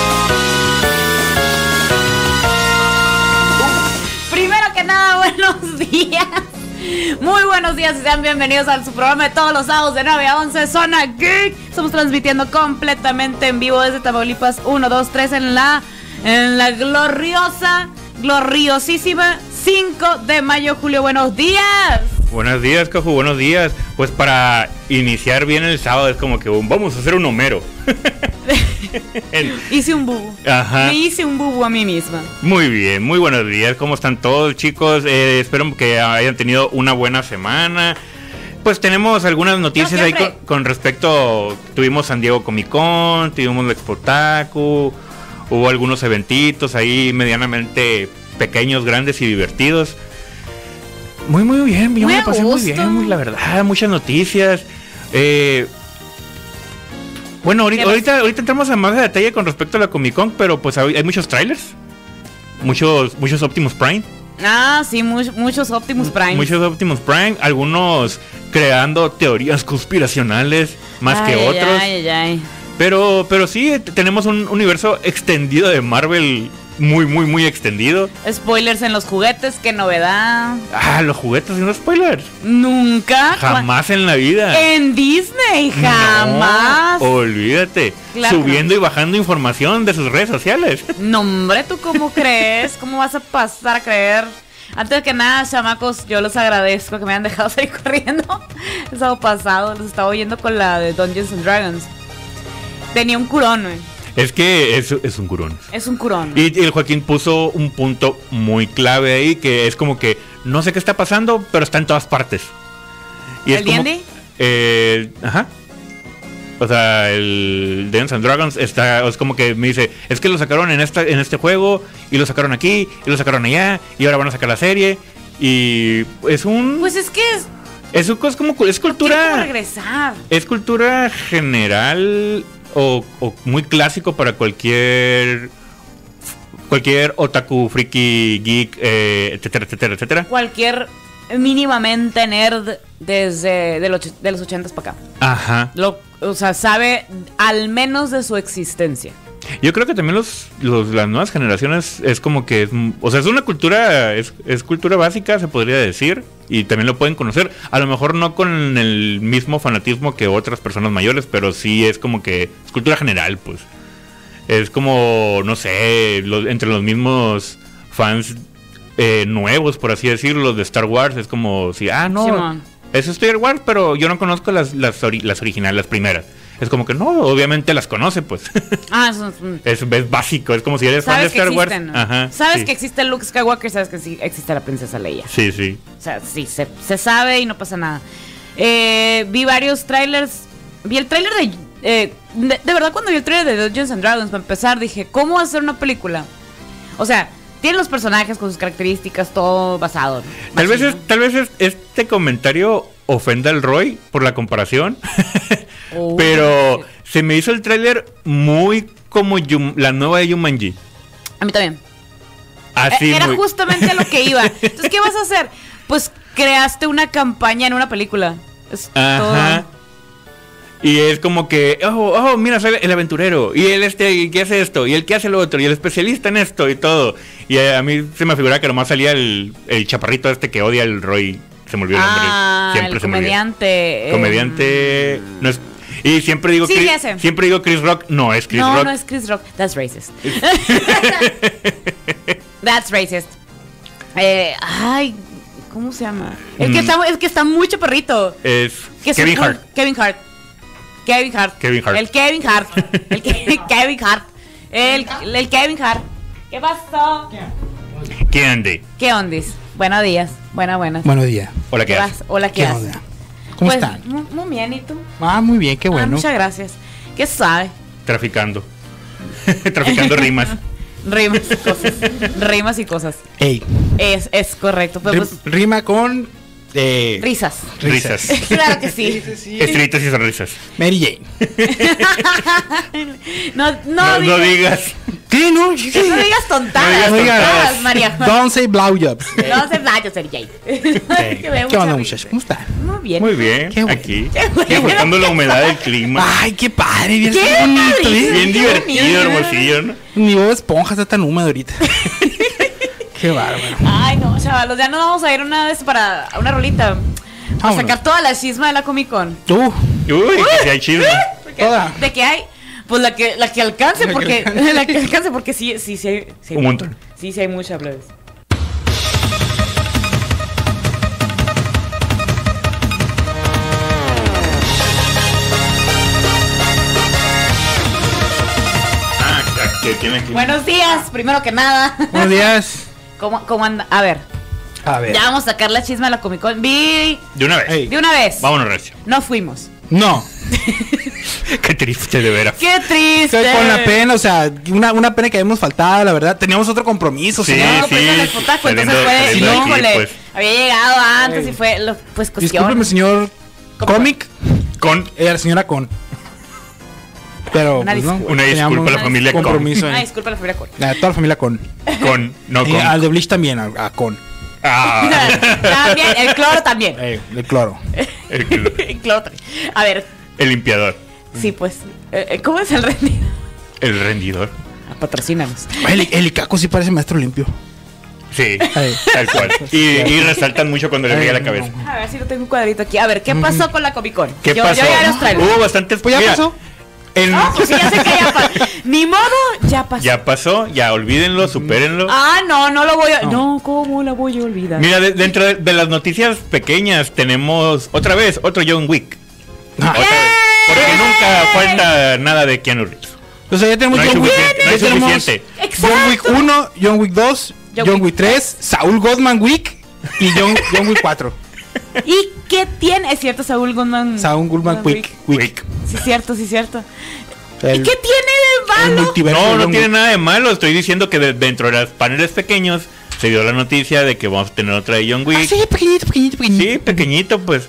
buenos días. Muy buenos días y sean bienvenidos a su programa de todos los sábados de 9 a 11, Zona Geek. Estamos transmitiendo completamente en vivo desde Tamaulipas 123 en la, en la gloriosa, gloriosísima 5 de mayo. Julio, buenos días. Buenos días, Cojo, buenos días. Pues para iniciar bien el sábado es como que un- vamos a hacer un Homero. El- Hice un bubu. Ajá. Me hice un bubu a mí misma. muy bien, muy buenos días. ¿Cómo están todos, chicos? Eh, espero que hayan tenido una buena semana. Pues tenemos algunas noticias ahí siempre. con, con respecto. Tuvimos San Diego Comic Con, tuvimos la Expo Taku, hubo algunos eventitos ahí medianamente pequeños, grandes y divertidos. Muy, muy bien, yo Muy me a la pasé muy gusto. bien, muy- la verdad, muchas noticias. Eh, bueno, ahorita, ¿Qué más? ahorita, ahorita entramos a más de detalle con respecto a la Comic Con, pero pues hay hay muchos trailers. Muchos, muchos Optimus Prime. Ah, sí, mu- muchos Optimus Prime. Muchos Optimus Prime. Algunos creando teorías conspiracionales más que Ay, ay, otros. ay, ay. Pero, pero sí, t- tenemos un universo extendido de Marvel. Muy, muy, muy extendido. Spoilers en los juguetes, qué novedad. Ah, los juguetes y los spoilers. Nunca. Jamás en la vida. En Disney, Eh, No, Oh. jamás. olvídate. Claro que Subiendo y bajando información de sus redes sociales. No, hombre, ¿tú cómo crees? ¿Cómo vas a pasar a creer? Antes que nada, chamacos, yo los agradezco que me han dejado salir corriendo. El sábado pasado los estaba oyendo con la de Dungeons and Dragons. Tenía un curón, güey. Es que es, es un curón. Es un curón. Y, y el Joaquín puso un punto muy clave ahí, que es como que no sé qué está pasando, pero está en todas partes. Y es ¿El como- D&D? eh, ajá. O sea, el Dance and Dragons está, es como que me dice, es que lo sacaron en esta, en este juego, y lo sacaron aquí, y lo sacaron allá, y ahora van a sacar la serie. Y es un. Pues es que es. es, un- es como cu- es tiene como cultura. regresar. ¿Es cultura general o, o muy clásico para cualquier cualquier otaku, friki, geek, eh, etcétera, etcétera, etcétera? Cualquier mínimamente nerd desde de los, de los 80 para acá. Ajá. Lo, o sea, sabe al menos de su existencia. Yo creo que también los, los- las nuevas generaciones es como que es, m- o sea, es una cultura es, es cultura básica, se podría decir, y también lo pueden conocer, a lo mejor no con el mismo fanatismo que otras personas mayores, pero sí es como que es cultura general, pues. Es como, no sé, los- entre los mismos fans eh, nuevos, por así decirlo, de Star Wars, es como si, ah, no, Simón. es Star Wars, pero yo no conozco las, las, ori- las originales, las primeras. Es como que no, obviamente las conoce, pues. Ah, eso es un- Es, es básico, es como si eres fan de Sabes que Star Wars. existen. ¿no? Ajá, sabes sí. que existe Luke Skywalker, sabes que sí existe la princesa Leia. Sí, sí. O sea, sí, se, se sabe y no pasa nada. Eh, vi varios trailers. Vi el trailer de, eh, de. de verdad, cuando vi el trailer de Dungeons and Dragons, para empezar, dije, ¿cómo hacer una película? O sea, tiene los personajes con sus características, todo basado. ¿no? Tal vez, Machín, es- tal vez es- este comentario ofenda al Roy por la comparación, ¿no? Oh, pero se me hizo el tráiler muy como Yum- la nueva de Jumanji. A mí también. Así Eh, Era muy- justamente a lo que iba. Entonces, ¿qué vas a hacer? Pues creaste una campaña en una película. Es todo. Ajá. Y es como que, oh, oh, mira, sale el aventurero. Y él este, y que hace esto, y el que hace lo otro, y el especialista en esto, y todo. Y eh, a mí se me figura que nomás salía el, el chaparrito este que odia al Roy. Se me olvidó el nombre. Ah, Siempre el se me olvida. comediante. eh, Comediante. no es- y siempre digo, Sí, Chris, ya sé. siempre digo Chris Rock. No es Chris no, Rock. no es Chris Rock. That's racist. That's racist. Eh, ay, ¿cómo se llama? El que, Mm. está, el que está muy chaparrito. Es Que es Kevin un- Hart. Kevin Hart. Kevin Hart. Kevin Hart. El Kevin Hart. El Ke- Kevin Hart. El, el Kevin Hart. ¿Qué pasó? Candy. ¿Qué ondis? Buenos días. Buena, buenas. Buenos días. Hola, ¿qué ¿Qué haces? vas? Hola, ¿qué, ¿Qué haces? onda? ¿Cómo Pues, están? mu- Muy bien, ¿y tú? Ah, muy bien, qué Ah, bueno. muchas gracias. ¿Qué sabe? Traficando. Traficando rimas. Rimas y cosas. Rimas y cosas. Ey, Es, es correcto. Pero, rim- pues, rima con eh, risas. Risas. Claro que sí. Estrellitas y sonrisas. Mary Jane. No, no, No, no digas, digas. Sí, no, sí, sí. no digas tontadas. No No digas digas tontadas. tontadas, María. No, Don't say blowjobs. se vayas, el Jay. ¿Qué onda, muchachos? ¿Cómo están? Muy bien. Muy bien. Qué bueno. Aquí. Qué bueno. Disfrutando la humedad del clima. Ay, qué padre, bien Qué bonito, padre. ¿eh? Bien qué divertido, bonito. hermosillo, ¿no? Ni Bob Esponja está tan húmedo ahorita. Qué bárbaro. Ay, no, chavalos, ya nos vamos a ir una vez para a una rolita. A Vámonos. sacar toda la chisma de la Comic Con. Tú. Uy, que sí hay chisme. Porque- Toda. ¿De que hay? Pues la que, la que alcance, La que porque. alcance. la que alcance, porque sí, sí, sí hay. sí hay Un mucha. montón. Sí, sí hay mucha, plebes. Ah, que tiene aquí. Buenos días, primero que nada. Buenos días. ¿Cómo, cómo anda? A ver, A Eh. ver. ya vamos a sacar la chisma de la Comic Con. Vi De una vez. Ey. de una vez. Vámonos, Recio. No fuimos. No. Qué triste de veras. ¡Qué triste! Con la pena, o sea, una, una pena que habíamos faltado, la verdad. Teníamos otro compromiso, Sí, No, señor. pues sí, en el potajo, saliendo- entonces fue. saliendo de aquí, híjole, pues. Había llegado antes Ey. y fue. lo- pues cuestión. Discúlpeme, señor ¿Cómo? cómic. Con Eh, la señora con. Pero, Una pues, no. disculpa. Una disculpa Teníamos a la familia Ah, Con. compromiso, eh. Ah, disculpa la familia Cor. A toda la familia con. con no Y con. al de Bleach también, a, a con. Ah, también, el cloro también. Eh, el cloro. el, El cloro también. A ver, el limpiador, Mm. sí, pues. eh, eh, ¿Cómo es el rendido? el rendidor. Patrocínanos. El, el Icaco sí parece maestro limpio. Sí, Ey. tal cual. Y, y resaltan mucho cuando le pega la Ey, cabeza. A ver si lo tengo un cuadrito aquí. A ver, ¿qué pasó con la Comic Con? Mm. ¿Qué yo, pasó? Yo ya los traigo. Hubo bastantes. Pues ya mira, pasó. en- No, pues sí, ya sé que ya pasó. Ni modo, ya pasó. ya pasó, ya olvídenlo, Mm. supérenlo. Ah, no, no lo voy a. No. No, ¿cómo la voy a olvidar? Mira, de- dentro de, de las noticias pequeñas tenemos otra vez otro John Wick. Ah, Otra vez. Porque ¡Yay! nunca falta nada de Keanu Reeves. O sea, ya tenemos No hay John Wick. suficiente, no ya hay tenemos suficiente. Exacto. John Wick 1, John Wick 2, John John, Wick Wick, 3, Saúl Goldman Wick y John, John Wick 4. ¿Y qué tiene? Es cierto, Saúl Goldman. Saúl Goldman Wick. Wick. Sí, cierto, sí, cierto. ¿Y El- qué tiene el de malo? multiverso No, de no John tiene Wick. nada de malo. Estoy diciendo que de- dentro de los paneles pequeños se dio la noticia de que vamos a tener otra de John Wick. Ah, sí, pequeñito, pequeñito, pequeñito. Sí, pequeñito, pues.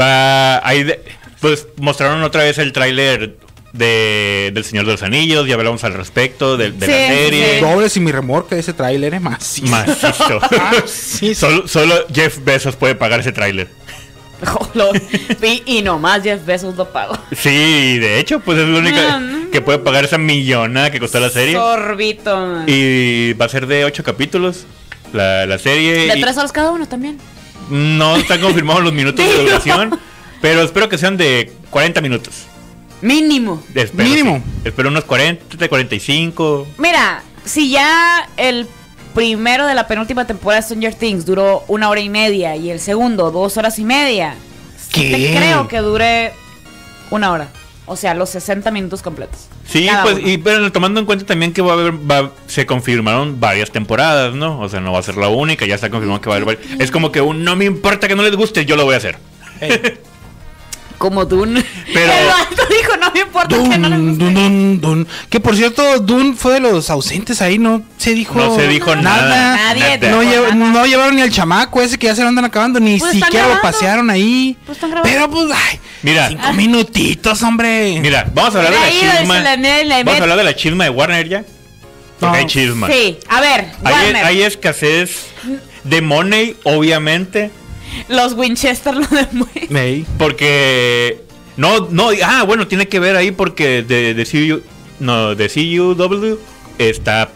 Va. Ahí de- pues mostraron otra vez el tráiler de, del Señor de los Anillos. Ya hablamos al respecto de, de la Sí, serie. sí. Dobles y mi remorque ese tráiler es macizo. Macizo. Ah, Macizo. solo, solo Jeff Bezos puede pagar ese tráiler. Jolo. y, y nomás Jeff Bezos lo pagó. Sí, y de hecho, pues es lo único No, no. que puede pagar esa millonada que costó la serie. Sorbito. man. Y va a ser de ocho capítulos la, la serie. De y- tres horas cada uno también. No están confirmados los minutos de Digo. duración, pero espero que sean de 40 minutos. Mínimo. Espero, Mínimo. sí. Espero unos 40, 45. Mira, si ya el primero de la penúltima temporada de Stranger Things duró una hora y media y el segundo dos horas y media, ¿Qué? te creo que dure una hora. O sea, los 60 minutos completos. Sí, Cada pues, uno. y, pero tomando en cuenta también que va a haber, va- se confirmaron varias temporadas, ¿no? O sea, no va a ser la única, ya está confirmado que va a haber varias. Es como que un no me importa que no les guste, yo lo voy a hacer. Ey. Como Dune. Pero- El vato dijo, no me importa que no les Dun, guste". dun, dun, dun. Que por cierto, Dun fue de los ausentes ahí, no se dijo No se dijo nada. Nadie neta. No, dijo lle- nada. no llevaron ni al chamaco ese que ya se lo andan acabando, ni Pues están siquiera lo grabando. pasearon ahí. Pues Ah. están grabando. Pero pues, ay, Mira. cinco minutitos, hombre. Mira, vamos a hablar de Mira la ahí, chisma. se la mide y la Vamos mete. a hablar de la chisma de Warner ya. No. Porque hay chisma. Sí, a ver, Hay, Warner, hay escasez de money, obviamente. los Winchester lo demuestran. Ey. Porque. No, no, ah, bueno, tiene que ver ahí porque de, de, CU, no, de CUW está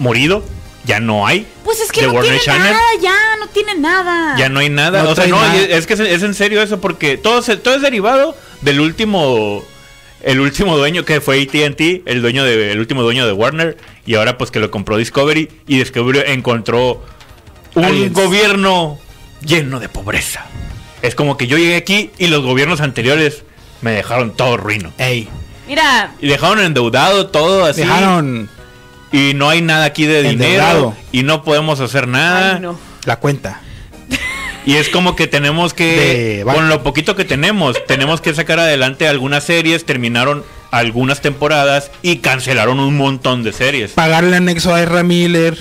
morido, ya no hay. Pues es que De no Warner tiene Channel. nada, ya, no tiene nada. Ya no hay nada. No o sea, trae no, nada. y es que es, es en serio eso porque todo, se- todo es derivado del último. El último dueño que fue ATT, el dueño de, el último dueño de Warner, y ahora pues que lo compró Discovery y Discovery encontró un Aliens. gobierno lleno de pobreza. Es como que yo llegué aquí y los gobiernos anteriores me dejaron todo ruino. Ey. Mira, Y dejaron endeudado todo así. Dejaron Y no hay nada aquí de dinero. Endeudado. Y no podemos hacer nada. ay, no. la cuenta. Y es como que tenemos que, De banco. con lo poquito que tenemos, tenemos que sacar adelante algunas series, terminaron algunas temporadas y cancelaron un montón de series. Pagarle anexo a Ezra Miller.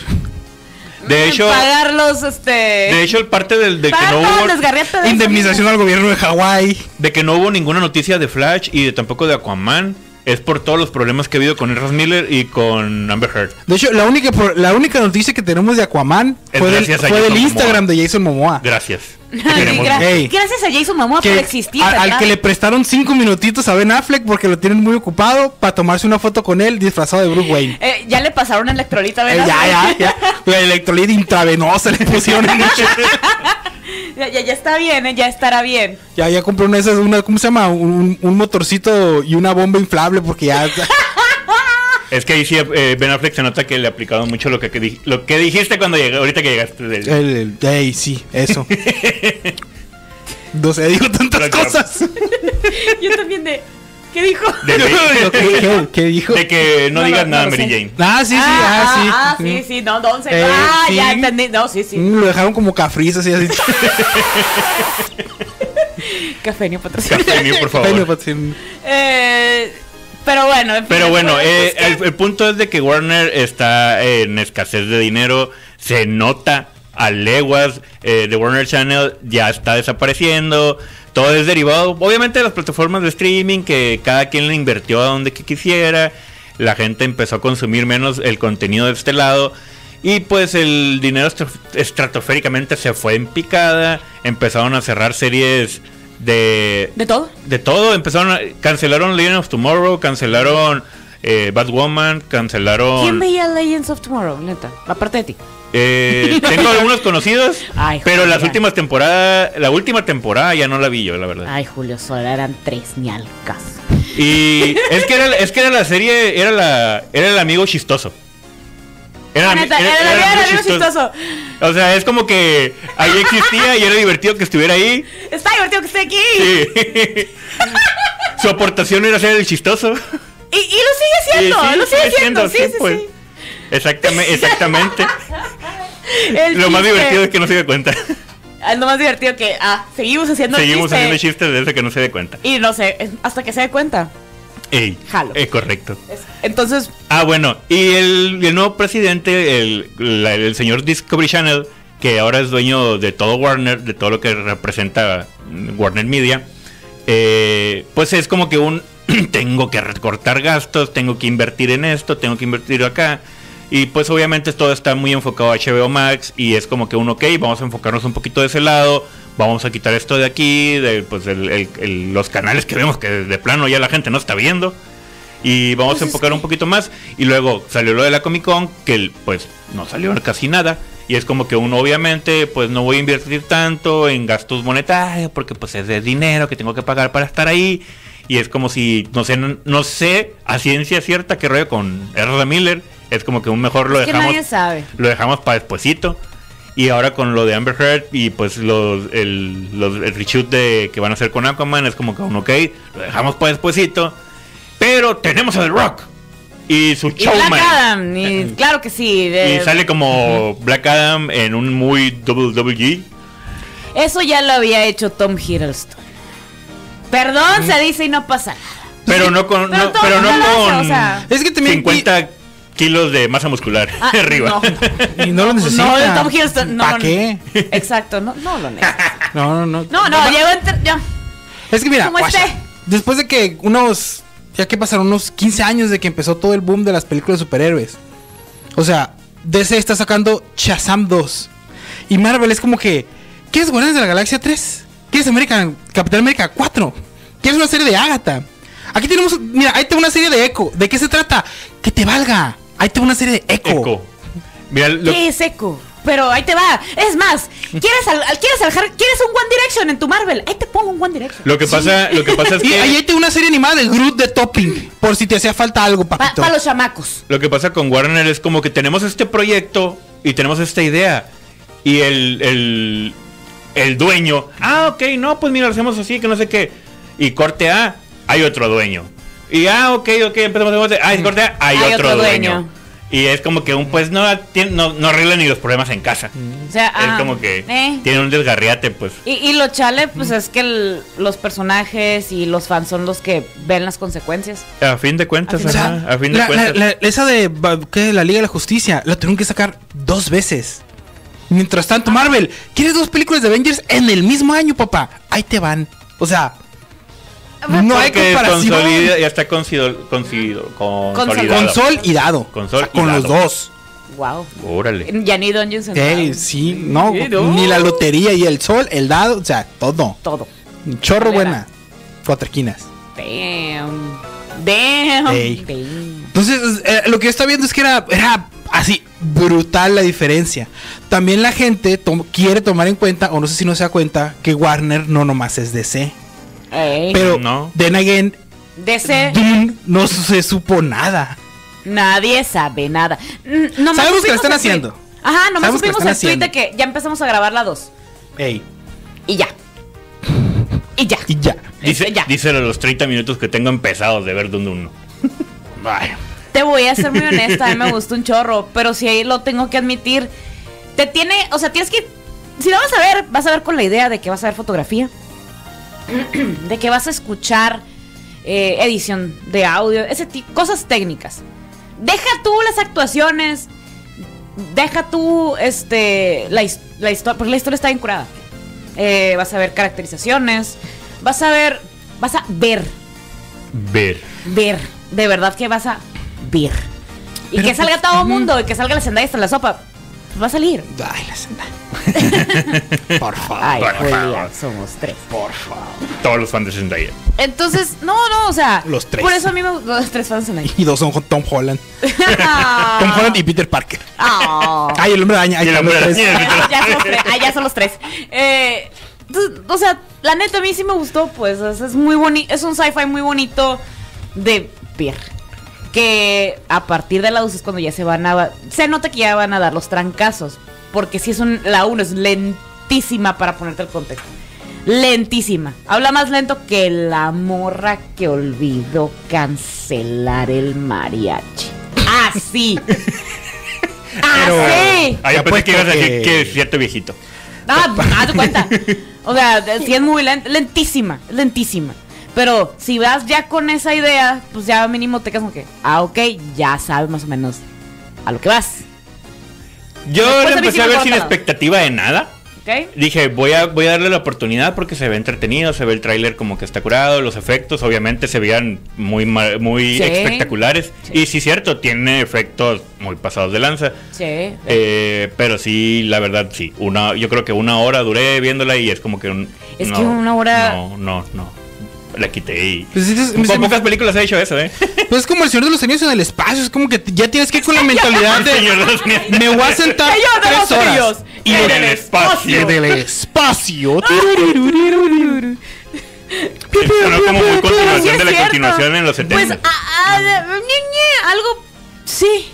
De hecho, pagar los, este... de hecho el parte del, de, que pagar no todo el hubo, desgarriate de esa Indemnización al gobierno de Hawái. de que no hubo ninguna noticia de Flash y de tampoco de Aquaman es por todos los problemas que ha habido con Erras Miller y con Amber Heard. De hecho, la única, pro- la única noticia que tenemos de Aquaman Es fue del, gracias a fue del Jason Instagram de Jason Momoa. Gracias. Te queremos Gra- Ey. Gracias a Jason Momoa Que por existir. a- al ¿verdad? que le prestaron cinco minutitos a Ben Affleck porque lo tienen muy ocupado para tomarse una foto con él disfrazado de Bruce Wayne. Eh, ya le pasaron el electrolita, Eh, ¿verdad? ya, ya, ya. La electrolit intravenosa le pusieron. en el- ya, ya- ya está bien, eh, ya estará bien. ya, ya compré una de esas, una, ¿cómo se llama? Un, un motorcito y una bomba inflable porque ya. Es que ahí sí eh, Ben Affleck se nota que le ha aplicado mucho lo que, que di- lo que dijiste cuando llegué, ahorita que llegaste del- el, el- ey, sí, eso. No sé, digo tantas Pero- cosas. Yo también de. ¿Qué dijo? del- Lo que- ¿Qué, qué dijo? de que no, No, digas no, nada, no lo sé. Mary Jane. Ah, sí, sí, ah, sí. Ah, sí, sí, no, no, en serio. Eh, ah, sí. ya entendí. No, sí, sí. Mm, Lo dejaron como cafriz, así, así. Cafenio patrocinio. Cafenio, por Bueno, favor. pues, sí. Eh, pero bueno, en fin, Pero bueno, pues, eh, pues, el, el punto es de que Warner está en escasez de dinero, se nota a leguas, eh, The Warner Channel ya está desapareciendo, todo es derivado, obviamente de las plataformas de streaming, que cada quien le invirtió a donde que quisiera, la gente empezó a consumir menos el contenido de este lado. Y pues el dinero estra- estratosféricamente se fue en picada, empezaron a cerrar series de, ¿De todo? de todo, empezaron a- cancelaron Legend of Tomorrow, cancelaron eh, Batwoman, ¿Quién cancelaron veía Legends of Tomorrow, neta? Aparte de ti. eh, tengo algunos conocidos, Ay, pero las Julián. últimas temporadas, la última temporada ya no la vi yo, la verdad. Ay, Julio Sola, eran tres ni al caso. Y es que era es que era la serie, era la era el amigo chistoso. Ah, ami- neta, era el amigo- era el amigo O sea, es como que ahí existía y era divertido que estuviera ahí. Está divertido que esté aquí. Sí. Su aportación era ser el chistoso. Y, y lo sigue Sí, siendo, sí, lo sigue siendo. Sí, sí, pues. sí. Exactamente, exactamente. El Lo más chiste. divertido es que no se dé cuenta. Ah, Lo más divertido que. Ah, seguimos haciendo el Seguimos chiste. haciendo chistes de eso que no se dé cuenta. Y no sé, es- hasta que se dé cuenta. Ey, Jalo. eh, correcto. Es- Entonces, Ah, bueno, y el, el nuevo presidente, el, la- el señor Discovery Channel, que ahora es dueño de todo Warner, de todo lo que representa mm, Warner Media, eh, pues es como que un tengo que recortar gastos, tengo que invertir en esto, tengo que invertir acá. Y pues obviamente todo está muy enfocado a HBO Max y es como que un ok, vamos a enfocarnos un poquito de ese lado, vamos a quitar esto de aquí, de pues el- el- el- los canales que vemos que de plano ya la gente no está viendo y vamos Pues a es enfocar que- un poquito más. Y luego salió lo de la Comic Con, que pues no salió casi nada. Y es como que uno obviamente pues no voy a invertir tanto en gastos monetarios porque pues es de dinero que tengo que pagar para estar ahí. Y es como si, no sé, no, no sé a ciencia cierta qué rollo con Erra Miller. Es como que un mejor lo es que dejamos nadie sabe. lo dejamos para despuesito. Y ahora con lo de Amber Heard y pues los, el, los, el reshoot de, que van a hacer con Aquaman es como que un ok, lo dejamos para despuesito. Pero tenemos a The Rock y su Y Black showman. Adam, y claro que sí. Y de- sale como Black Adam en un muy E, WWE. Eso ya lo había hecho Tom Hiddleston. Perdón, se dice y no pasa nada. Pero no con, Pero no, todo pero el mundo no lo hace, con o sea. Es que también- 50 kilos de masa muscular Ah, arriba. Y no lo necesita. No, el Tom Hiddleston, no. ¿Para no, qué? Exacto, no, no lo necesito. No, no, no. No, no, llegó entre. Ya. Es que mira, Como guacha, esté. después de que unos. Ya que pasaron unos 15 años de que empezó todo el boom de las películas de superhéroes. O sea, DC está sacando Shazam 2. Y Marvel es como que. ¿Quieres Guardianes de la Galaxia 3? ¿Quieres American, Capitán América 4? ¿Quieres una serie de Agatha? Aquí tenemos. Mira, ahí tengo una serie de Echo. ¿De qué se trata? Que te valga. Ahí tengo una serie de Echo. Eco. Mira, lo- ¿Qué es eco? Pero ahí te va. Es más, ¿quieres, al, al- quieres, al Har- ¿quieres un One Direction en tu Marvel? Ahí te pongo un One Direction. lo que pasa, lo que pasa es Y que ahí tengo una serie animada de Groot de Topping. Por si te hacía falta algo, Para papito. los chamacos. Lo que pasa con Warner es como que tenemos este proyecto y tenemos esta idea. Y el, el, el dueño, ah, ok, no, pues mira, lo hacemos así, que no sé qué. Y corte A, hay otro dueño. Y ah, ok, ok, empezamos a Ah, y corte A, hay, otro, dueño. Y es como que un, pues no, tien- no, no arregla ni los problemas en casa. O sea, ah, es como que eh. tiene un desgarriate, pues. Y, y lo chale, pues es que el- los personajes y los fans son los que ven las consecuencias. A fin de cuentas, A fin- ajá, a fin de la- cuentas. la- la- esa de ba- ¿qué? la Liga de la Justicia la tuvieron que sacar dos veces. Mientras tanto, Marvel, ¿quieres dos películas de Avengers en el mismo año, papá? Ahí te van. O sea, No hay Porque comparación. consolida- ya está consido- consido- consolidado. Con sol y dado. Con sol O sea, y con dado. los dos. Wow. Órale. Ya ni Dungeons and Ey, Dragons. sí, no, Sí, no. Ni la lotería y el sol, el dado, o sea, todo. Todo. Chorro Era. buena. Cuatro esquinas. Damn. Damn. Ey. Damn. Entonces, eh, lo que yo estaba viendo es que era, era así brutal la diferencia. También la gente tom- quiere tomar en cuenta, o no sé si no se da cuenta, que Warner no nomás es DC. Ey. Eh. Pero, No. then again, DC, Dune no se supo nada. nadie sabe nada. N- nomás Sabemos que la supimos están el tweet. haciendo. Ajá, nomás Sabemos que la supimos están el tweet de haciendo. que ya empezamos a grabar la 2. Ey, Y ya. Y ya. y ya. Dice, ya. díselo a los 30 minutos que tengan pesados de ver Dune 1. Vaya. Te voy a ser muy honesta, a mí me gustó un chorro, pero si ahí lo tengo que admitir, te tiene, o sea, tienes que, si lo vas a ver, vas a ver con la idea de que vas a ver fotografía, de que vas a escuchar eh, edición de audio, ese tipo, cosas técnicas. Deja tú las actuaciones, deja tú, este, la, his- la historia, porque la historia está bien curada. Eh, vas a ver caracterizaciones, vas a ver, vas a ver Ver. ver. De verdad que vas a ver. Y Pero que salga pues, todo ujú. el mundo y que salga la senda y la sopa. pues Va a salir. Ay, la senda. Por favor. Ay, Por Julia, favor. somos tres. Todos los fans de Zendaya. Entonces, no, no, o sea. Los tres. Por eso a mí me gustan los tres fans en ahí. Y dos son con Tom Holland. Tom Holland y Peter Parker. Ah. Ay, el hombre araña. Ay, Y el los hombre tres. araña. Ah, ya son los tres. Ah, ya son los tres. Eh, entonces, o sea, la neta a mí sí me gustó, pues. o sea, Es muy bonito. Es un sci-fi muy bonito de ver. Que a partir de la 2 es cuando ya se van a. Se nota que ya van a dar los trancazos. Porque si es un. La 1 es lentísima para ponerte el contexto. Lentísima. Habla más lento que la morra que olvidó cancelar el mariachi. Así. Así. Ah, yo Te pensé que apuesto ibas a decir que- que es cierto viejito. Ah, haz de cuenta. O sea, de- sí es muy lent- lentísima, lentísima. Pero si vas ya con esa idea, pues ya mínimo te quedas como que, ah, ok, ya sabes más o menos a lo que vas. Yo Después la a mí sí empecé a me ver corta sin la- expectativa de nada. ¿Ok? Dije, voy a, voy a darle la oportunidad porque se ve entretenido, se ve el tráiler como que está curado, los efectos obviamente se veían muy, ma- muy Sí. espectaculares. Sí. Y sí, cierto, tiene efectos muy pasados de lanza. Sí. Eh, pero sí, la verdad, sí. Una, yo creo que una hora duré viéndola y es como que un, Es que una hora- No, no, no. La quité y. Pues es- es- Po- se me- pocas películas ha hecho eso, ¿eh? pues es como el Señor de los Anillos en el espacio. Es como que ya tienes que ir con la mentalidad de. Señor de los Anillos. Me voy a sentar Señor de tres los horas. Anillos, Ah. Y en de- el espacio. y del espacio. Sonó como muy Pero sí continuación es de la cierto. continuación en los 70. Pues, a- a- ñe, ñe, algo, sí.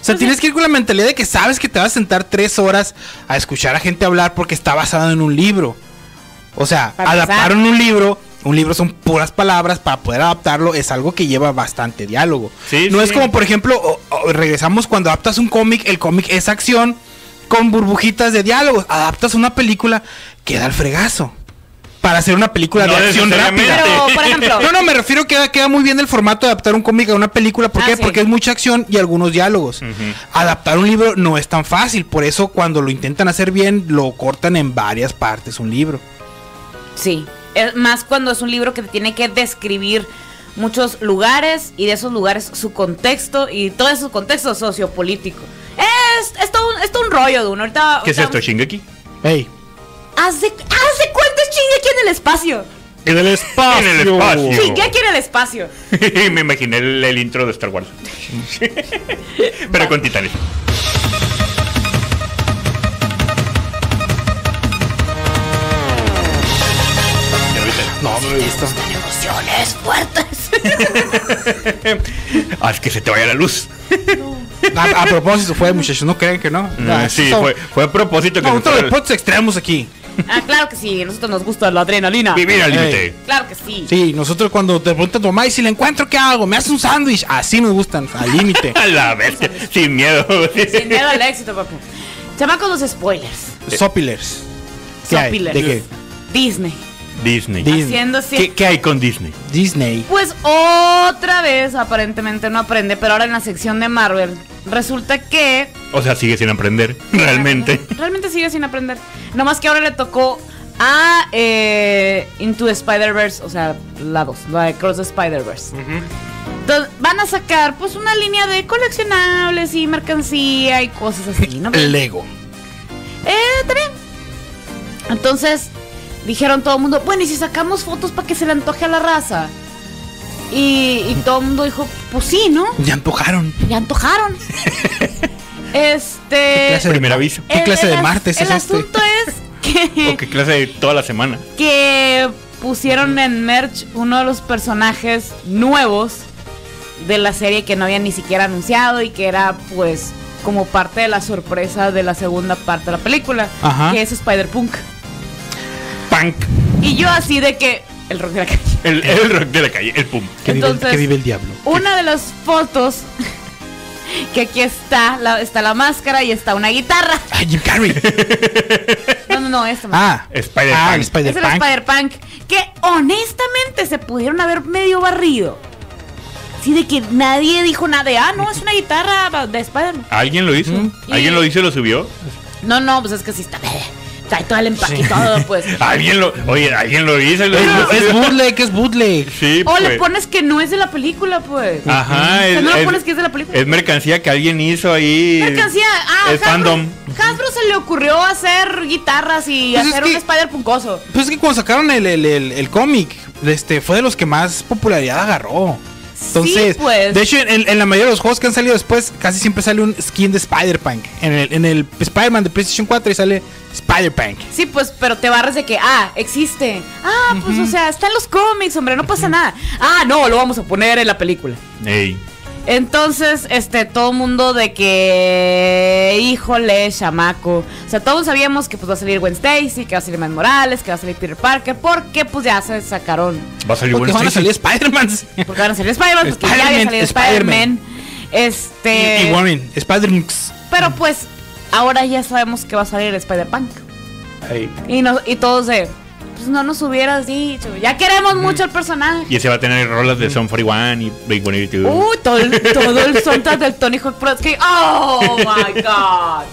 O sea, tienes que ir con la mentalidad de que sabes que te vas a sentar tres horas a escuchar a gente hablar porque está basado en un libro. O sea, Para adaptaron un libro. Un libro son puras palabras. Para poder adaptarlo es algo que lleva bastante diálogo. Sí, no sí. es como, por ejemplo, o- o regresamos cuando adaptas un cómic. El cómic es acción con burbujitas de diálogos. Adaptas una película, queda el fregazo. Para hacer una película No de acción necesariamente. rápida. Pero, por ejemplo, No, no, me refiero que queda muy bien el formato de adaptar un cómic a una película. ¿Por Ah, qué? sí. Porque es mucha acción y algunos diálogos. Ujú. Adaptar un libro no es tan fácil. Por eso, cuando lo intentan hacer bien, lo cortan en varias partes un libro. Sí, es más cuando es un libro que te tiene que describir muchos lugares y de esos lugares su contexto y todo ese contexto sociopolítico. Es, es, todo, un, es todo un rollo de uno. Ahorita, ¿Qué es ahorita- esto, Shingeki? ¡Ey! Haz de, haz de cuenta es Shingeki en el espacio. ¡En el espacio! En el espacio. Sí. Shingeki en el espacio. Me imaginé el, el intro de Star Wars. Pero con Titanic. ¿Ya lo viste? No, no lo he visto. Emociones fuertes. Haz Ah, que se te vaya la luz. A, a propósito, fue, muchachos, no creen que no. Ah, sí, son- fue, fue a propósito que No, se otro de fuera- pots extremos aquí. ah, claro que sí, a nosotros nos gusta la adrenalina. vivir al límite. Ey. Claro que sí. Sí, nosotros cuando te preguntan tu mamá y si la encuentro, ¿qué hago? Me hace un sándwich. Así nos gustan, al límite. A la bestia, sin miedo. Sin miedo al éxito, papu. Chamacos, los spoilers. Sopilers. ¿Qué hay? Sopilers. ¿De qué? Disney. Disney. Disney. Haciendo ¿Qué, siempre. qué hay con Disney? Disney. Pues otra vez, aparentemente no aprende, pero ahora en la sección de Marvel, resulta que... O sea, sigue sin aprender, realmente. Realmente sigue sin aprender. Nomás que ahora le tocó a eh, Into Spider-Verse, o sea, la 2, la de Cross the Spider-Verse. Entonces, van a sacar pues una línea de coleccionables y mercancía y cosas así, ¿no? Lego. Eh, también. Entonces, dijeron todo el mundo, bueno, ¿y si sacamos fotos para que se le antoje a la raza? Y, y todo el mundo dijo, pues sí, ¿no? Ya antojaron. Ya antojaron. ¿Qué clase este. Primer aviso. ¿Qué el- clase el de as- martes el es este? asunto es que. O que clase de toda la semana. que pusieron en merch uno de los personajes nuevos de la serie que no habían ni siquiera anunciado y que era pues como parte de la sorpresa de la segunda parte de la película, Ajá. que es Spider-Punk. Punk. Y yo así de que el rock de la calle. El, el rock de la calle, el pum. Que, vive el, Entonces- que vive el diablo. Una de las fotos que aquí está, la- está la máscara y está una guitarra. Ah, Jim Carrey. No, no, no, esta. Ah, Spider-Punk. ah, el es el Spider-Punk. Spider-Punk. Que honestamente se pudieron haber medio barrido. Así de que nadie dijo nada de, ah, no, es una guitarra de Spider-Man. ¿Alguien lo hizo? Mm. ¿Alguien Y- lo hizo y lo subió? No, no, pues es que sí está. Trae todo el empaque y todo, pues. ¿Alguien lo.? Oye, ¿alguien lo hizo y lo Es, subió? es bootleg, es bootleg. Sí, O pues. le pones que no es de la película, pues. Ajá, O sea, es- no le es- pones que es de la película. Es mercancía que alguien hizo ahí. Mercancía. Ah, es Hasbro, fandom. Hasbro se le ocurrió hacer guitarras y Pues es hacer un que- Spider-Punkoso. Pues es que cuando sacaron el, el, el- el cómic, este, fue de los que más popularidad agarró. Entonces, Sí, pues. de hecho, en, en la mayoría de los juegos que han salido después, casi siempre sale un skin de Spider-Punk. En el, en el Spider-Man de PlayStation 4 y sale Spider-Punk. Sí, pues, pero te barres de que, ah, existe. Ah, pues, o sea, está en los cómics, hombre, no pasa nada. Ah, no, lo vamos a poner en la película. Ey. Entonces, este, todo el mundo de que, híjole, chamaco. O sea, todos sabíamos que pues va a salir Gwen Stacy, que va a salir Miles Morales, que va a salir Peter Parker, porque pues ya se sacaron. Va a salir Porque bueno. van a sí, salir Spider-Man. Porque van a salir Spider-Man, porque ya había Spider-Man, salido Spider-Man. Spider-Man. Este. Y, y Warren, Spider-Man. Pero pues, ahora ya sabemos que va a salir Spider-Punk. Ey. Y, no, y todos de, pues no nos hubieras dicho, ya queremos mucho al personaje. Y ese va a tener rolas de Son 41 y Big 182. Uh, todo el, todo el soundtrack del Tony Hawk Pro Skate. ¡Oh, my God!